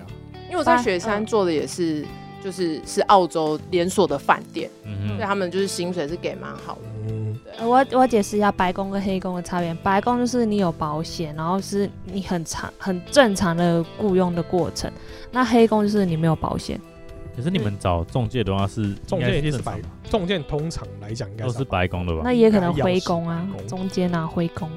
Speaker 2: 因为我在
Speaker 5: 白
Speaker 2: 雪山
Speaker 5: 嗯
Speaker 2: 做的也是。就是是澳洲连锁的饭店，
Speaker 1: 嗯
Speaker 2: 所以
Speaker 1: 哼
Speaker 2: 他们就是薪水是给蛮好的。
Speaker 3: 嗯，
Speaker 5: 呃我我解释一下白宫跟黑宫的差别。白宫就是你有保险，然后是你很长很正常的雇佣的过程。那黑宫就是你没有保险，
Speaker 1: 可是你们找中介的话是
Speaker 3: 中介一定是白
Speaker 1: 应该正常吧，
Speaker 3: 中间通常来讲应该
Speaker 1: 都是白宫的吧
Speaker 5: 那？也可能灰宫
Speaker 3: 应
Speaker 5: 啊
Speaker 3: 该要是白宫，
Speaker 5: 中间啊灰宫。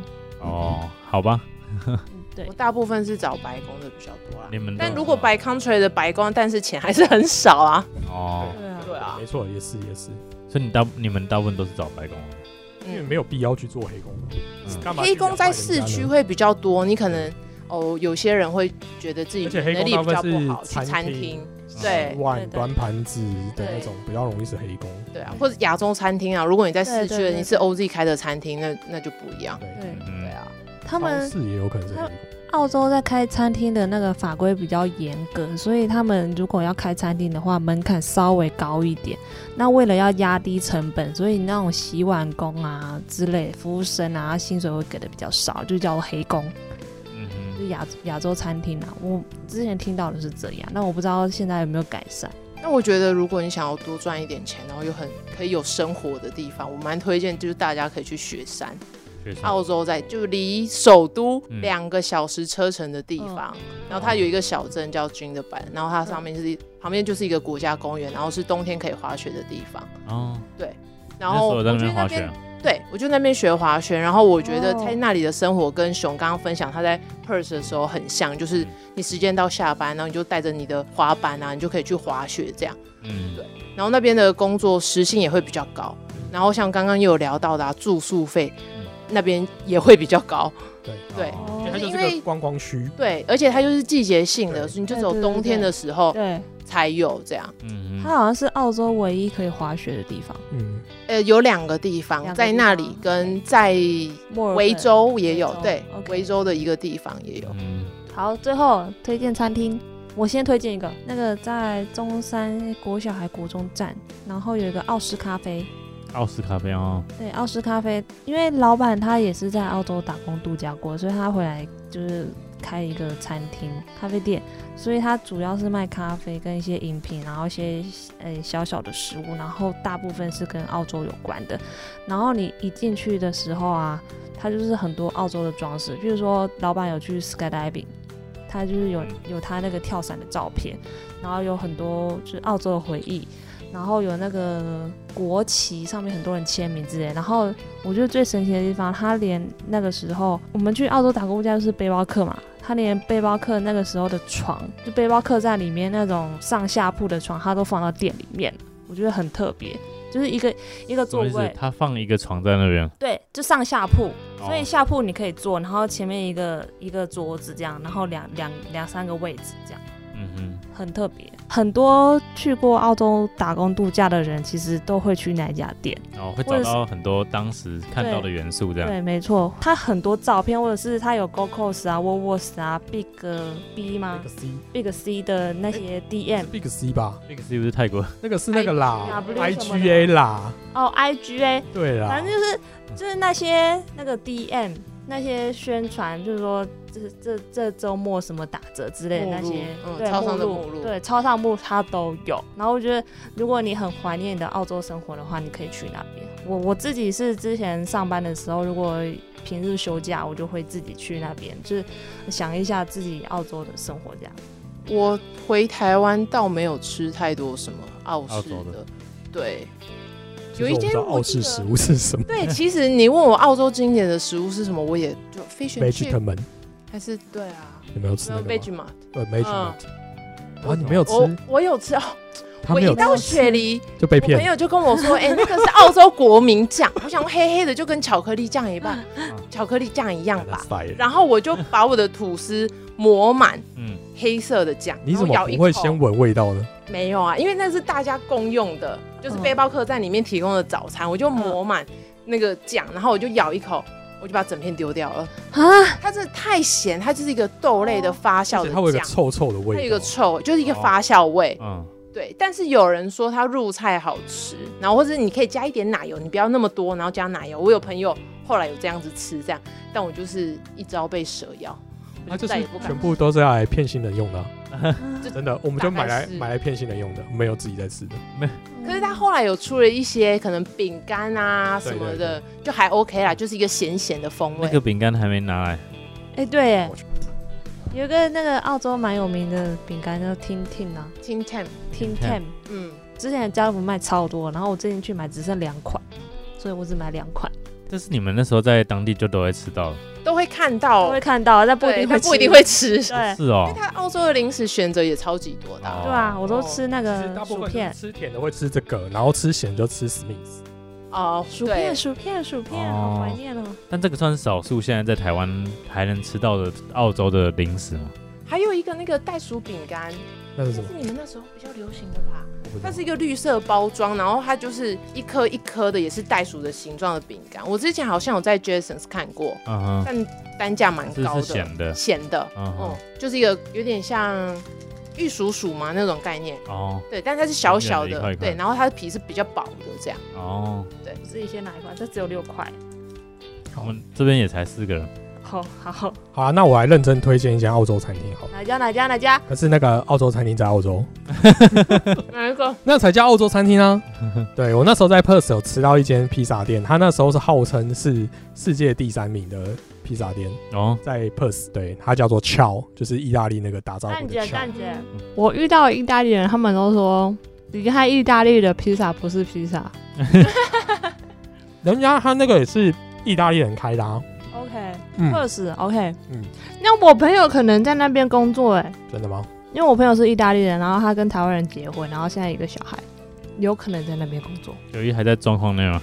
Speaker 3: 嗯
Speaker 1: 哦，好吧，
Speaker 5: 嗯对
Speaker 2: 我，大部分是找白宫的比较多啦
Speaker 1: 你。们都
Speaker 5: 嗯
Speaker 2: 但如果白 country 的白宫，但是钱还是很少啊。
Speaker 1: 哦，
Speaker 5: 对啊
Speaker 2: 对啊
Speaker 3: 没错，也是也是，
Speaker 2: 嗯
Speaker 1: 所以你大你们大部分都是找白宫的，
Speaker 3: 因为
Speaker 5: 嗯
Speaker 3: 没有必要去做黑工。
Speaker 1: 嗯
Speaker 3: 干嘛去
Speaker 2: 黑工在
Speaker 3: 养坏人
Speaker 2: 市
Speaker 3: 家呢
Speaker 2: 区会比较多，你可能哦，有些人会觉得自己
Speaker 3: 而且黑
Speaker 2: 能
Speaker 3: 工
Speaker 2: 力
Speaker 3: 大
Speaker 2: 比
Speaker 3: 部
Speaker 2: 较
Speaker 3: 分
Speaker 2: 不好，
Speaker 3: 是
Speaker 2: 去餐
Speaker 3: 餐
Speaker 2: 厅
Speaker 3: 厅，嗯
Speaker 2: 对
Speaker 3: 洗碗
Speaker 5: 对对
Speaker 3: 端盘子的那
Speaker 2: 对
Speaker 3: 种比较容易是黑工。
Speaker 2: 对啊，或者亚洲餐厅啊，如果你在市
Speaker 5: 对
Speaker 2: 区
Speaker 5: 对
Speaker 2: 的，
Speaker 5: 对
Speaker 2: 你是 OZ 开的餐厅，那那就不一样。
Speaker 5: 对
Speaker 1: 嗯，
Speaker 2: 对啊，
Speaker 5: 他们
Speaker 3: 超市也有可能是黑工。
Speaker 5: 澳洲在开餐厅的那个法规比较严格，所以他们如果要开餐厅的话，门槛稍微高一点。那为了要压低成本，所以那种洗碗工啊之类、服务生啊，薪水会给的比较少，就叫黑工。
Speaker 1: 嗯
Speaker 5: 就
Speaker 1: 哼，
Speaker 5: 亚亚洲餐厅啊，我之前听到的是这样，但我不知道现在有没有改善。
Speaker 2: 那我觉得如果你想要多赚一点钱，然后又很可以有生活的地方，我蛮推荐就是大家可以去雪山，
Speaker 1: 嗯确实
Speaker 2: 澳洲在就离首都
Speaker 1: 嗯
Speaker 2: 两个小时车程的地方，然后它有一个小镇叫君的班，然后它上面是、旁边就是一个国家公园，然后是冬天可以滑雪的地方。
Speaker 1: 哦，
Speaker 2: 然后
Speaker 1: 那时候
Speaker 2: 我
Speaker 1: 我在那
Speaker 2: 去
Speaker 1: 边
Speaker 2: 那
Speaker 1: 滑雪
Speaker 2: 边
Speaker 1: 啊，，
Speaker 2: 对我就那边学滑雪，然后我觉得
Speaker 5: 哦
Speaker 2: 在那里的生活跟熊刚刚分享他在 Perth 的时候很像，就是
Speaker 1: 嗯
Speaker 2: 你时间到下班，然后你就带着你的滑板啊，你就可以去滑雪这样。
Speaker 1: 嗯，
Speaker 2: 对
Speaker 1: 嗯
Speaker 2: 然后那边的工作时薪也会比较高，然后像刚刚也有聊到的、啊、住宿费，那边也会比较高。
Speaker 3: 对
Speaker 2: 对
Speaker 5: 哦
Speaker 3: 它就是
Speaker 2: 因
Speaker 3: 个
Speaker 2: 为
Speaker 3: 观光区，
Speaker 2: 对，而且它就是季节性的，
Speaker 3: 对
Speaker 2: 所以你就只
Speaker 5: 对
Speaker 2: 有
Speaker 5: 对对
Speaker 2: 冬天
Speaker 5: 对
Speaker 2: 的时候
Speaker 5: 对，
Speaker 2: 才有这样。
Speaker 1: 嗯
Speaker 5: 它好像是澳洲唯一可以滑雪的地方，
Speaker 3: 嗯，
Speaker 2: 呃，有两个地方
Speaker 5: 两个
Speaker 2: 在
Speaker 5: 地
Speaker 2: 那
Speaker 5: 方
Speaker 2: 里，跟在
Speaker 5: 墨尔
Speaker 2: 维
Speaker 5: 本。
Speaker 2: 州也有
Speaker 5: 维州，
Speaker 2: 对，
Speaker 5: OK
Speaker 2: 维州的一个地方也有。
Speaker 1: 嗯，
Speaker 5: 好，最后推荐餐厅，我先推荐一个，那个在中山国小还国中站，然后有一个奥斯咖啡，
Speaker 1: 奥斯咖啡哦，
Speaker 5: 对，奥斯咖啡，因为老板他也是在澳洲打工度假过，所以他回来就是开一个餐厅咖啡店，所以他主要是卖咖啡跟一些饮品，然后一些呃小小的食物，然后大部分是跟澳洲有关的。然后你一进去的时候啊，它就是很多澳洲的装饰，比如说老板有去 skydiving，他就是有有他那个跳伞的照片，然后有很多就是澳洲的回忆，然后有那个国旗上面很多人签名之类。然后我觉得最神奇的地方，他连那个时候我们去澳洲打工度假就是背包客嘛，他连背包客那个时候的床，就背包客栈里面那种上下铺的床，他都放到店里面，我觉得很特别。就是一个一个
Speaker 1: 什
Speaker 5: 座
Speaker 1: 么意思
Speaker 5: 位？，
Speaker 1: 他放一个床在那边，
Speaker 5: 对，就上下铺，所以
Speaker 1: 哦
Speaker 5: 下铺你可以坐，然后前面一个一个桌子这样，然后两两两三个位置这样，
Speaker 1: 嗯哼，
Speaker 5: 很特别。很多去过澳洲打工度假的人，其实都会去那一家店。
Speaker 1: 然哦后会
Speaker 5: 或
Speaker 1: 找
Speaker 5: 者是
Speaker 1: 到很多当时看到的元素，这样，
Speaker 5: 对，没错，它很多照片，或者是它有 g o c o s 啊、w o w o s 啊、Big B
Speaker 2: 啊
Speaker 3: 那
Speaker 5: 吗
Speaker 3: 个 C
Speaker 5: ？Big C 的那些 DM
Speaker 3: Big C 吧，
Speaker 1: 那个是不是泰国？
Speaker 3: 那个是那个啦
Speaker 5: IGW
Speaker 3: ，I
Speaker 5: 什么的
Speaker 3: G A 啦，
Speaker 5: 哦，IGA，
Speaker 3: 对啊啦，
Speaker 5: 反正就是就是那些那个 DM 那些宣传，就是说这这这周末什么打折之类的
Speaker 2: 目
Speaker 5: 那
Speaker 2: 录
Speaker 5: 些，
Speaker 2: 嗯
Speaker 5: 对
Speaker 2: 超商的
Speaker 5: 目
Speaker 2: 目录
Speaker 5: 对超商目录它都有。然后我觉得，如果你很怀念你的澳洲生活的话，你可以去那边。我我自己是之前上班的时候，如果平日休假，我就会自己去那边，就是想一下自己澳洲的生活这样。
Speaker 2: 我回台湾倒没有吃太多什么澳
Speaker 1: 澳
Speaker 2: 式
Speaker 1: 洲的
Speaker 2: 的，对。
Speaker 3: 其
Speaker 2: 有
Speaker 3: 实
Speaker 2: 一
Speaker 3: 我不知
Speaker 2: 间
Speaker 3: 道
Speaker 2: 我
Speaker 3: 澳
Speaker 2: 记
Speaker 3: 式
Speaker 2: 得
Speaker 3: 食物 是什么
Speaker 2: 对，其实你问我澳洲经典的食物是什么，我也就 fish and chip
Speaker 3: ，vegetable，
Speaker 2: 还是对啊，
Speaker 3: 你没有吃
Speaker 2: 没
Speaker 3: 那
Speaker 2: 有
Speaker 3: 个
Speaker 2: veg
Speaker 3: 吗
Speaker 2: 嘛？
Speaker 3: 对 vegetable，然后你
Speaker 1: 我
Speaker 3: 没有吃，
Speaker 2: 我我有吃哦，我
Speaker 3: 他没有
Speaker 2: 一
Speaker 3: 吃
Speaker 2: 到雪梨，
Speaker 3: 就被
Speaker 2: 我朋
Speaker 3: 骗，
Speaker 2: 友就跟我说， 哎，那个是澳洲国民酱，我想说黑黑的就跟巧克力酱一半，
Speaker 3: 嗯
Speaker 2: 巧克力酱一样吧。
Speaker 3: 塞了
Speaker 2: 然后我就把我的吐司抹满
Speaker 1: 嗯，
Speaker 2: 黑色的酱，
Speaker 3: 你
Speaker 2: 然
Speaker 3: 怎
Speaker 2: 后
Speaker 3: 么
Speaker 2: 咬一
Speaker 3: 不会
Speaker 2: 口
Speaker 3: 先闻味道呢？
Speaker 2: 没有啊，因为那是大家共用的，就是
Speaker 3: 嗯
Speaker 2: 背包客栈里面提供的早餐，我就抹满那个酱，然后我就咬一口，我就把整片丢掉了。
Speaker 5: 啊，
Speaker 2: 它真的太咸，它就是一个豆类的发酵
Speaker 3: 哦而
Speaker 2: 的
Speaker 3: 且它会有一个
Speaker 2: 酱，
Speaker 3: 臭臭的味
Speaker 2: 它
Speaker 3: 道，
Speaker 2: 有
Speaker 3: 哦
Speaker 2: 一个臭，就是一个发酵味。
Speaker 1: 嗯，
Speaker 2: 对，但是有人说它入菜好吃，然后或者你可以加一点奶油，你不要那么多，然后加奶油。我有朋友后来有这样子吃，这样，但我就是一招被蛇咬，
Speaker 3: 它
Speaker 2: 我
Speaker 3: 就
Speaker 2: 就是再也不敢
Speaker 3: 全。部都是要来骗新人用的啊、
Speaker 2: 就
Speaker 3: 真的，我们就买
Speaker 2: 大
Speaker 3: 来
Speaker 2: 概是
Speaker 3: 买来骗新人用的，没有自己在吃的。
Speaker 2: 可是它后来有出了一些可能饼干啊
Speaker 3: 对
Speaker 2: 什
Speaker 3: 对
Speaker 2: 么的，就还 OK 啦，就是一个咸咸的风
Speaker 1: 那
Speaker 2: 味。
Speaker 1: 个饼干还没拿来，
Speaker 5: 哎、对耶
Speaker 3: 我去，
Speaker 5: 有一个那个澳洲蛮有名的饼干叫 Tin Tin 啊
Speaker 2: Tin Tam，
Speaker 1: Tam
Speaker 5: ，Tin Tam。
Speaker 2: 嗯，
Speaker 5: 之前的家乐福卖超多，然后我最近去买只剩两款，所以我只买两款。
Speaker 1: 这是你们那时候在当地就都会吃到的，
Speaker 2: 都会看
Speaker 5: 我
Speaker 2: 到
Speaker 5: 会，看到，但不一
Speaker 2: 哦对
Speaker 5: 定
Speaker 2: 但
Speaker 5: 会，
Speaker 2: 不一定。会吃。
Speaker 5: 对
Speaker 1: 是哦，
Speaker 2: 它澳洲的零食选择也超级多的啊、
Speaker 1: 哦
Speaker 5: 对啊，我都吃那
Speaker 3: 其实
Speaker 5: 个
Speaker 3: 大部
Speaker 5: 薯
Speaker 3: 分
Speaker 5: 片
Speaker 3: 就是，吃甜的会吃这个，然后吃咸就吃 Smith。
Speaker 2: 哦，
Speaker 5: 薯
Speaker 2: 对
Speaker 5: 片，薯片，薯片，
Speaker 1: 哦
Speaker 5: 好怀念哦。
Speaker 1: 但这个算是少数现在在台湾还能吃到的澳洲的零食吗？
Speaker 2: 还有一个那个袋鼠饼干，
Speaker 3: 那是
Speaker 2: 这
Speaker 3: 什
Speaker 2: 是
Speaker 3: 么？
Speaker 2: 你们那时候比较流行的吧？
Speaker 3: 我不知道
Speaker 2: 它是一个绿色包装，然后它就是一颗一颗的，也是袋鼠的形状的饼干。我之前好像有在 Jasons 看过，
Speaker 1: 嗯哼，
Speaker 2: 但单价蛮
Speaker 1: 这
Speaker 2: 高
Speaker 1: 是
Speaker 2: 的，
Speaker 1: 咸的
Speaker 2: 咸的，
Speaker 1: 嗯哼
Speaker 2: 嗯，就是一个有点像玉鼠鼠嘛那种概念，
Speaker 1: 哦
Speaker 2: 对，但它是小小
Speaker 1: 圆圆的一块
Speaker 2: 的，
Speaker 1: 一块
Speaker 2: 对，然后它的皮是比较薄的这样。
Speaker 1: 哦，
Speaker 5: 我自己先拿一罐，这只有六块。
Speaker 1: 我们这边也才四个人，
Speaker 5: 好好，
Speaker 3: 好啊，那我来认真推荐一家澳洲餐厅好了。
Speaker 5: 哪家哪家哪家？
Speaker 3: 可是那个澳洲餐厅在澳洲，
Speaker 2: 哪一个？
Speaker 3: 那才叫澳洲餐厅 啊！对我那时候在 Perth 有吃到一间披萨店，它那时候是号称是世界第三名的披萨店，
Speaker 1: 哦，
Speaker 3: 在 Perth，对，它叫做 Chow，就是意大利那个打招呼的 Chow。
Speaker 5: 姐，
Speaker 6: 我遇到意大利人，他们都说离开意大利的披萨不是披萨。
Speaker 3: 人家他那个也是意大利人开的、啊，
Speaker 5: ，OK，
Speaker 3: 嗯，
Speaker 5: 二十，OK，
Speaker 6: 那我朋友可能在那边工作、
Speaker 5: 哎
Speaker 6: 欸，
Speaker 3: 真的吗？
Speaker 6: 因为我朋友是意大利人，然后他跟台湾人结婚，然后现在有一个小孩，有可能在那边工作。
Speaker 1: 九一还在状况内吗？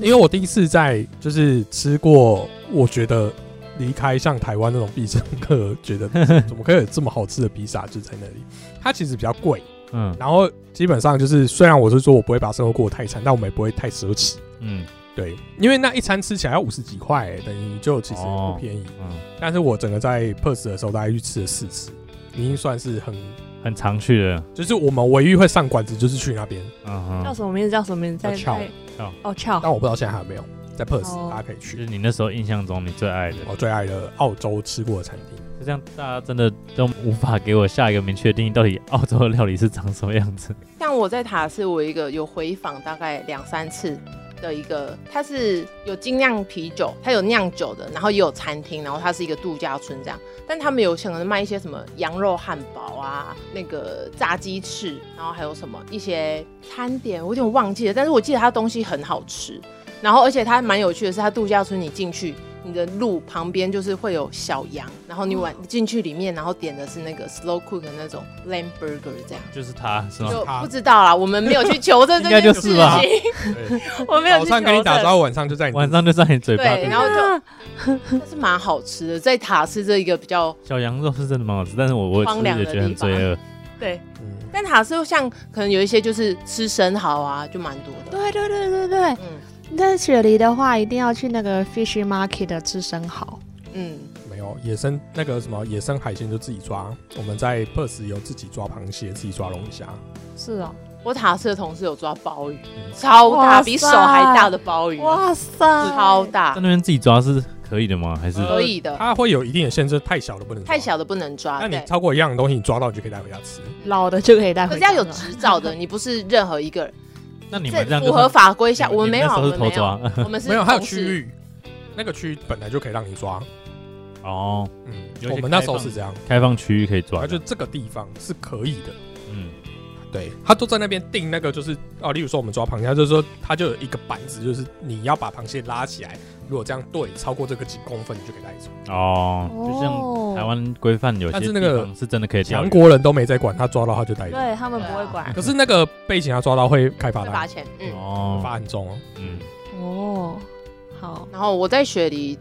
Speaker 3: 因为我第一次在就是吃过，我觉得离开像台湾那种必胜客，觉得怎么可以有这么好吃的披萨就在那里。它其实比较贵，
Speaker 1: 嗯
Speaker 3: 然后基本上就是虽然我是说我不会把生活过得太惨，但我们也不会太奢侈。
Speaker 1: 嗯
Speaker 3: 对，因为那一餐吃起来要五十几块、等于就其实不便宜。
Speaker 1: 嗯，
Speaker 3: 但是我整个在 Perth 的时候，大概去吃了四次，已经算是很，
Speaker 1: 很常去的，
Speaker 3: 就是我们唯一会上馆子就是去那边，
Speaker 1: 嗯
Speaker 5: 叫
Speaker 1: 哼，
Speaker 5: 什么名字？叫什么名字？在
Speaker 3: 叫
Speaker 5: 在
Speaker 1: 翘
Speaker 5: 哦翘，
Speaker 3: 但我不知道现在还有没有在 Perth，、
Speaker 5: 哦
Speaker 3: 大家可以去
Speaker 1: 就。是你那时候印象中你最爱的，
Speaker 3: 我最爱的澳洲吃过的餐厅。
Speaker 1: 就这样大家真的都无法给我下一个明确的定义，到底澳洲的料理是长什么样子？
Speaker 2: 像我在塔是我一个有回访大概两三次的一个，它是有精酿啤酒，它有酿酒的，然后也有餐厅，然后它是一个度假村这样。但他们有可能卖一些什么羊肉汉堡啊，那个炸鸡翅，然后还有什么一些餐点，我有点忘记了，但是我记得它东西很好吃。然后而且它蛮有趣的是，它度假村你进去。你的路旁边就是会有小羊，然后你晚进去里面，然后点的是那个 slow cook 的那种 lamb burger 这样。
Speaker 1: 就是它是吗？
Speaker 2: 就
Speaker 3: 他
Speaker 2: 不知道啦，我们没有去求证这
Speaker 1: 应 该就
Speaker 2: 件
Speaker 1: 是
Speaker 2: 事情
Speaker 1: 吧，
Speaker 2: 我没有
Speaker 3: 早
Speaker 2: 去
Speaker 3: 上跟
Speaker 2: 求
Speaker 3: 你打
Speaker 2: 证。
Speaker 3: 招呼，晚上就在你
Speaker 1: 晚上就在你嘴巴
Speaker 2: 对，
Speaker 1: 里。
Speaker 2: 然后就但是蛮好吃的，在塔是这一个比较
Speaker 1: 小羊肉是真的蛮好吃，但是我我吃
Speaker 2: 荒凉
Speaker 1: 也
Speaker 2: 的
Speaker 1: 觉得很罪恶。
Speaker 2: 对，
Speaker 3: 嗯
Speaker 2: 但塔是像可能有一些就是吃生蚝啊，就蛮多的。
Speaker 6: 对对对对对，
Speaker 2: 嗯
Speaker 6: 在雪梨的话，一定要去那个 Fish Market 吃生蚝。
Speaker 2: 嗯，
Speaker 3: 没有野生那个什么野生海鲜就自己抓。我们在 Perth 有自己抓螃蟹，自己抓龙虾。
Speaker 5: 是哦，
Speaker 2: 我塔市的同事有抓鲍鱼
Speaker 3: 嗯，
Speaker 2: 超
Speaker 5: 哇
Speaker 2: 大，
Speaker 5: 塞
Speaker 2: 比手还大的鲍鱼，
Speaker 5: 哇塞，
Speaker 2: 超大
Speaker 1: 在，那边自己抓是可以的吗？还是
Speaker 3: 呃
Speaker 2: 可以的，
Speaker 3: 它会有一定的限制，太小的不能抓
Speaker 2: 太。小的不能抓。
Speaker 3: 那你
Speaker 2: 对，
Speaker 3: 超过一样的东西，你抓到你就可以带回家吃。
Speaker 5: 老的就可以带
Speaker 2: 可
Speaker 5: 回
Speaker 2: 是
Speaker 5: 家
Speaker 2: 要
Speaker 5: 了。
Speaker 2: 有执照的，你不是任何一个 人，
Speaker 1: 那你
Speaker 2: 在
Speaker 1: 们这样就
Speaker 2: 符合
Speaker 1: 是
Speaker 2: 法规下，我们
Speaker 1: 你
Speaker 2: 没有，
Speaker 1: 那时
Speaker 2: 我
Speaker 1: 候是
Speaker 2: 们
Speaker 1: 偷
Speaker 2: 没有，
Speaker 1: 抓
Speaker 2: 我们是
Speaker 3: 没有，还有
Speaker 2: 同
Speaker 3: 区
Speaker 2: 事，
Speaker 3: 域，那个区本来就可以让你抓。
Speaker 1: 哦，
Speaker 3: 嗯
Speaker 1: 有一，些
Speaker 3: 我们那时候是这样，
Speaker 1: 开放啊区域可以抓
Speaker 3: 它
Speaker 1: 的，
Speaker 3: 就这个地方是可以的。
Speaker 1: 嗯
Speaker 3: 对，他都在那边定那个，就是哦，例如说我们抓螃蟹，他就是说他就有一个板子，就是你要把螃蟹拉起来，如果这样对超过这个几公分，你就可以带走。
Speaker 1: 哦，就像
Speaker 5: 哦
Speaker 1: 台湾规范有些
Speaker 3: 但是那个
Speaker 1: 地方是真的可以钓
Speaker 3: 强
Speaker 1: 鱼，
Speaker 3: 国人都没在管，他抓到他就带走。
Speaker 5: 对他们不会管
Speaker 3: 可是那个被警察抓到会开罚
Speaker 2: 会
Speaker 3: 单
Speaker 2: 罚，钱，嗯。
Speaker 1: 哦，
Speaker 3: 罚很重哦。
Speaker 1: 嗯，
Speaker 5: 哦，好，
Speaker 2: 然后我在雪梨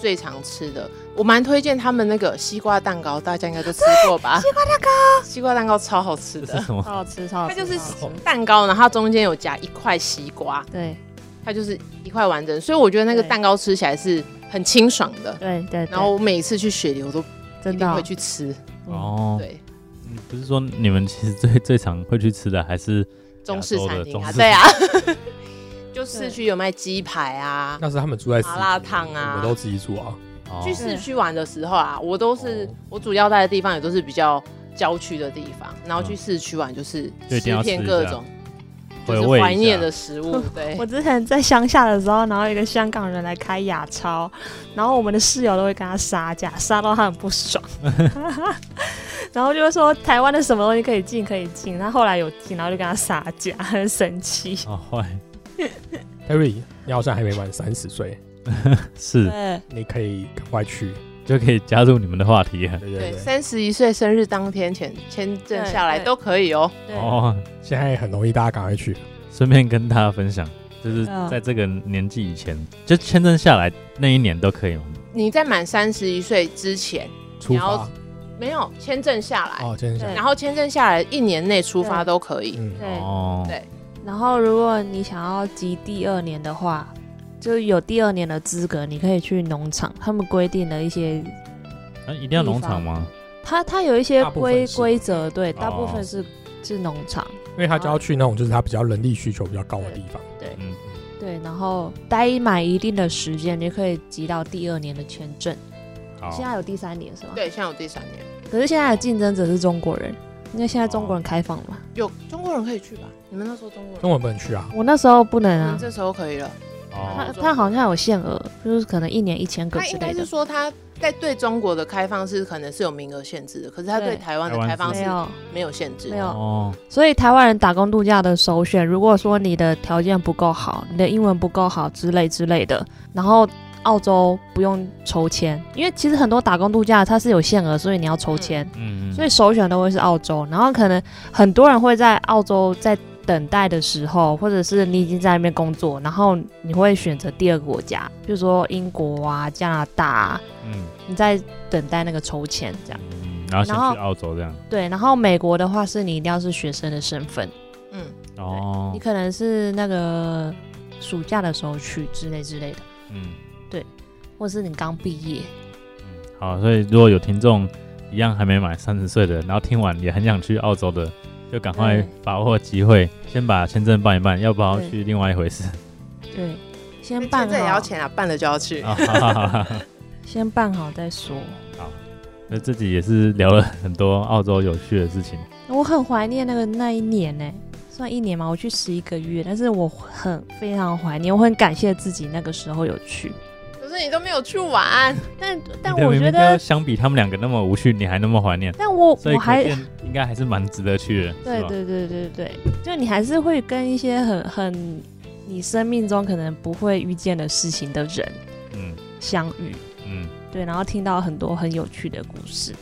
Speaker 2: 最常吃的，我蛮推荐他们那个西瓜蛋糕，大家应该都吃过吧？ 西瓜蛋糕，西瓜蛋糕超好吃
Speaker 1: 这是
Speaker 2: 的，
Speaker 1: 什么？
Speaker 5: 超好吃，超好
Speaker 2: 它
Speaker 5: 吃，
Speaker 2: 就是
Speaker 5: 超好吃
Speaker 2: 蛋糕，然后它中间有夹一块西瓜，
Speaker 5: 对
Speaker 2: 它就是一块完整，所以我觉得那个
Speaker 5: 对
Speaker 2: 蛋糕吃起来是很清爽的。
Speaker 5: 对对，对
Speaker 2: 然后我每次去雪梨，我都一
Speaker 5: 真的
Speaker 2: 定
Speaker 5: 哦
Speaker 2: 会去吃，
Speaker 1: 哦，
Speaker 2: 嗯对，
Speaker 1: 你不是说你们其实最最常会去吃的还是
Speaker 2: 中式餐厅
Speaker 1: 中
Speaker 2: 啊，
Speaker 1: 式
Speaker 2: 对啊， 就市区有卖鸡排啊。
Speaker 3: 那是他们住在市区
Speaker 2: 麻辣烫啊
Speaker 3: 我们都自己住啊。
Speaker 1: 哦
Speaker 2: 去市区玩的时候啊，我都是、
Speaker 3: 哦
Speaker 2: 我主要待的地方也都是比较郊区的地方，然后去市区玩就是
Speaker 1: 嗯就一定要吃
Speaker 2: 遍各种就
Speaker 1: 回
Speaker 2: 是
Speaker 1: 味
Speaker 2: 怀念
Speaker 1: 一
Speaker 2: 的
Speaker 1: 下？
Speaker 2: 食 物，对
Speaker 5: 我。之前在乡下的时候，然后一个香港人来开雅超，然后我们的室友都会跟他杀价，杀到他很不爽， 然后就会说台湾的什么东西可以进可以进，他后来有进，然后就跟他杀价，很生气。
Speaker 1: 好哦坏
Speaker 3: Harry，你好像还没满三十岁，
Speaker 1: 是
Speaker 5: 对，
Speaker 3: 你可以赶快去。
Speaker 1: 就可以加入你们的话题了
Speaker 3: 对对
Speaker 2: 对，
Speaker 3: 对，
Speaker 2: 三十一岁生日当天前签证下来
Speaker 5: 对对
Speaker 2: 都可以哦。
Speaker 5: 对
Speaker 1: 哦。
Speaker 3: 现在很容易，大家赶快去。
Speaker 1: 顺便跟大家分享，就是
Speaker 5: 嗯
Speaker 1: 在这个年纪以前，就签证下来那一年都可以吗？
Speaker 2: 你在满三十一岁之前
Speaker 3: 出
Speaker 2: 要
Speaker 3: 发
Speaker 2: 没有签证下来，
Speaker 3: 哦，今天想
Speaker 5: 对
Speaker 2: 然后签证下来一年内出发
Speaker 5: 对
Speaker 2: 都可以。
Speaker 3: 嗯，
Speaker 5: 对
Speaker 1: 哦，
Speaker 2: 对
Speaker 5: 然后，如果你想要集第二年的话，就有第二年的资格，你可以去农场。他们规定的一些，
Speaker 1: 那、一定要农场吗？
Speaker 5: 它它有一些
Speaker 3: 大部分
Speaker 5: 规
Speaker 3: 是
Speaker 5: 规则，对，大部
Speaker 1: 哦
Speaker 5: 分是、是农场，
Speaker 3: 因为他就要去那种就是他比较人力需求比较高的地方。
Speaker 5: 对
Speaker 1: 嗯，
Speaker 5: 对。然后待满一定的时间，你就可以集到第二年的签证。
Speaker 1: 好
Speaker 5: 现，在有第三年
Speaker 1: 嗯
Speaker 5: 是吗？。
Speaker 2: 对，像我第三年
Speaker 5: 可是现在的竞争者是中国人，因为现在中国人开放了嘛。
Speaker 2: 有中国人可以去吧？你们那时候中国人，
Speaker 3: 中文不能去啊，
Speaker 5: 我那时候不能
Speaker 2: 你
Speaker 5: 啊
Speaker 2: 们，这时候可以了。
Speaker 5: 他
Speaker 1: 哦，
Speaker 2: 中
Speaker 5: 他好像有限额，就是可能一年一千个
Speaker 2: 他
Speaker 5: 之
Speaker 2: 应
Speaker 5: 类
Speaker 2: 该是
Speaker 5: 的。
Speaker 2: 说他在对中国的开放是可能是有名额限制的，可是他对
Speaker 5: 对
Speaker 2: 台湾的
Speaker 1: 台湾
Speaker 2: 开放
Speaker 1: 是
Speaker 5: 没
Speaker 2: 是
Speaker 5: 有，
Speaker 2: 没有限制。
Speaker 5: 没有
Speaker 1: 哦，
Speaker 5: 所以台湾人打工度假的首选，如果说你的条件不够好，你的英文不够好之类之类的，然后澳洲不用抽签，因为其实很多打工度假它是有限额，所以你要抽签，
Speaker 1: 嗯，
Speaker 5: 所以首选都会是澳洲。然后可能很多人会在澳洲在等待的时候，或者是你已经在那边工作，然后你会选择第二个国家，比如说英国啊、加拿大、啊，
Speaker 1: 嗯，
Speaker 5: 你在等待那个抽签这样。
Speaker 1: 嗯然后先
Speaker 5: 然后
Speaker 1: 去澳洲这样。
Speaker 5: 对，然后美国的话是你一定要是学生的身份，
Speaker 2: 嗯，
Speaker 1: 哦
Speaker 5: 你，可能是那个暑假的时候去之类之类的，
Speaker 1: 嗯
Speaker 5: 或是你刚毕业，
Speaker 1: 嗯，好，所以如果有听众一样还没满三十岁的，然后听完也很想去澳洲的，就赶快
Speaker 5: 对
Speaker 1: 把握机会，先把签证办一办，要不然
Speaker 5: 对
Speaker 1: 去另外一回事。
Speaker 5: 对，先办
Speaker 2: 办这也要
Speaker 5: 好，
Speaker 2: 钱啊，办了就要去。
Speaker 1: 啊 哈哈哈哈
Speaker 5: 先办好再说。
Speaker 1: 那自己也是聊了很多澳洲有趣的事情。
Speaker 5: 我很怀念那个那一年呢、算一年嘛，我去十一个月，但是我很非常怀念，我很感谢自己那个时候有去。
Speaker 2: 可是你都没有去玩，
Speaker 5: 但但
Speaker 1: 你的
Speaker 5: 我
Speaker 1: 明
Speaker 5: 觉
Speaker 1: 明
Speaker 5: 得
Speaker 1: 就，相比他们两个那么无趣，你还那么怀念，
Speaker 5: 但我
Speaker 1: 所以
Speaker 5: 我
Speaker 1: 可
Speaker 5: 还
Speaker 1: 见应该还是蛮值得去的，
Speaker 5: 对
Speaker 1: 是吧？
Speaker 5: 对对对对，就你还是会跟一些很很你生命中可能不会遇见的事情的人
Speaker 1: 嗯
Speaker 5: 相遇，
Speaker 1: 嗯
Speaker 5: 对，然后听到很多很有趣的故事。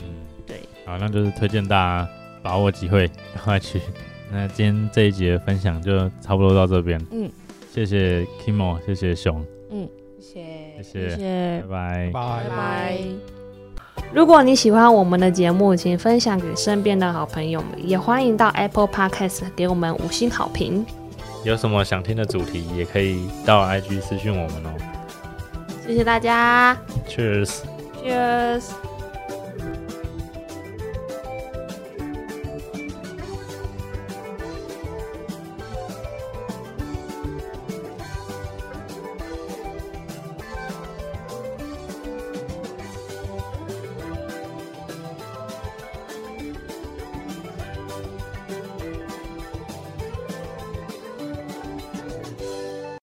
Speaker 1: 嗯，
Speaker 5: 对。
Speaker 1: 好，那就是推荐大家把握机会， 赶快去。那今天这一节分享就差不多到这边。
Speaker 5: 嗯，
Speaker 1: 谢谢 Kimo，谢谢熊，
Speaker 2: 谢
Speaker 1: 谢
Speaker 5: 谢
Speaker 1: 谢，
Speaker 5: 谢
Speaker 1: 拜。拜。
Speaker 3: 拜
Speaker 2: 拜拜。
Speaker 4: 如果你喜欢我们的节目，请分享给身边的好朋友们，也欢迎到 Apple Podcast 给我们五星好评。
Speaker 1: 有什么想听的主题，也可以到 IG 私讯我们哦。
Speaker 4: 谢谢大家
Speaker 1: Cheers。
Speaker 4: ，Cheers。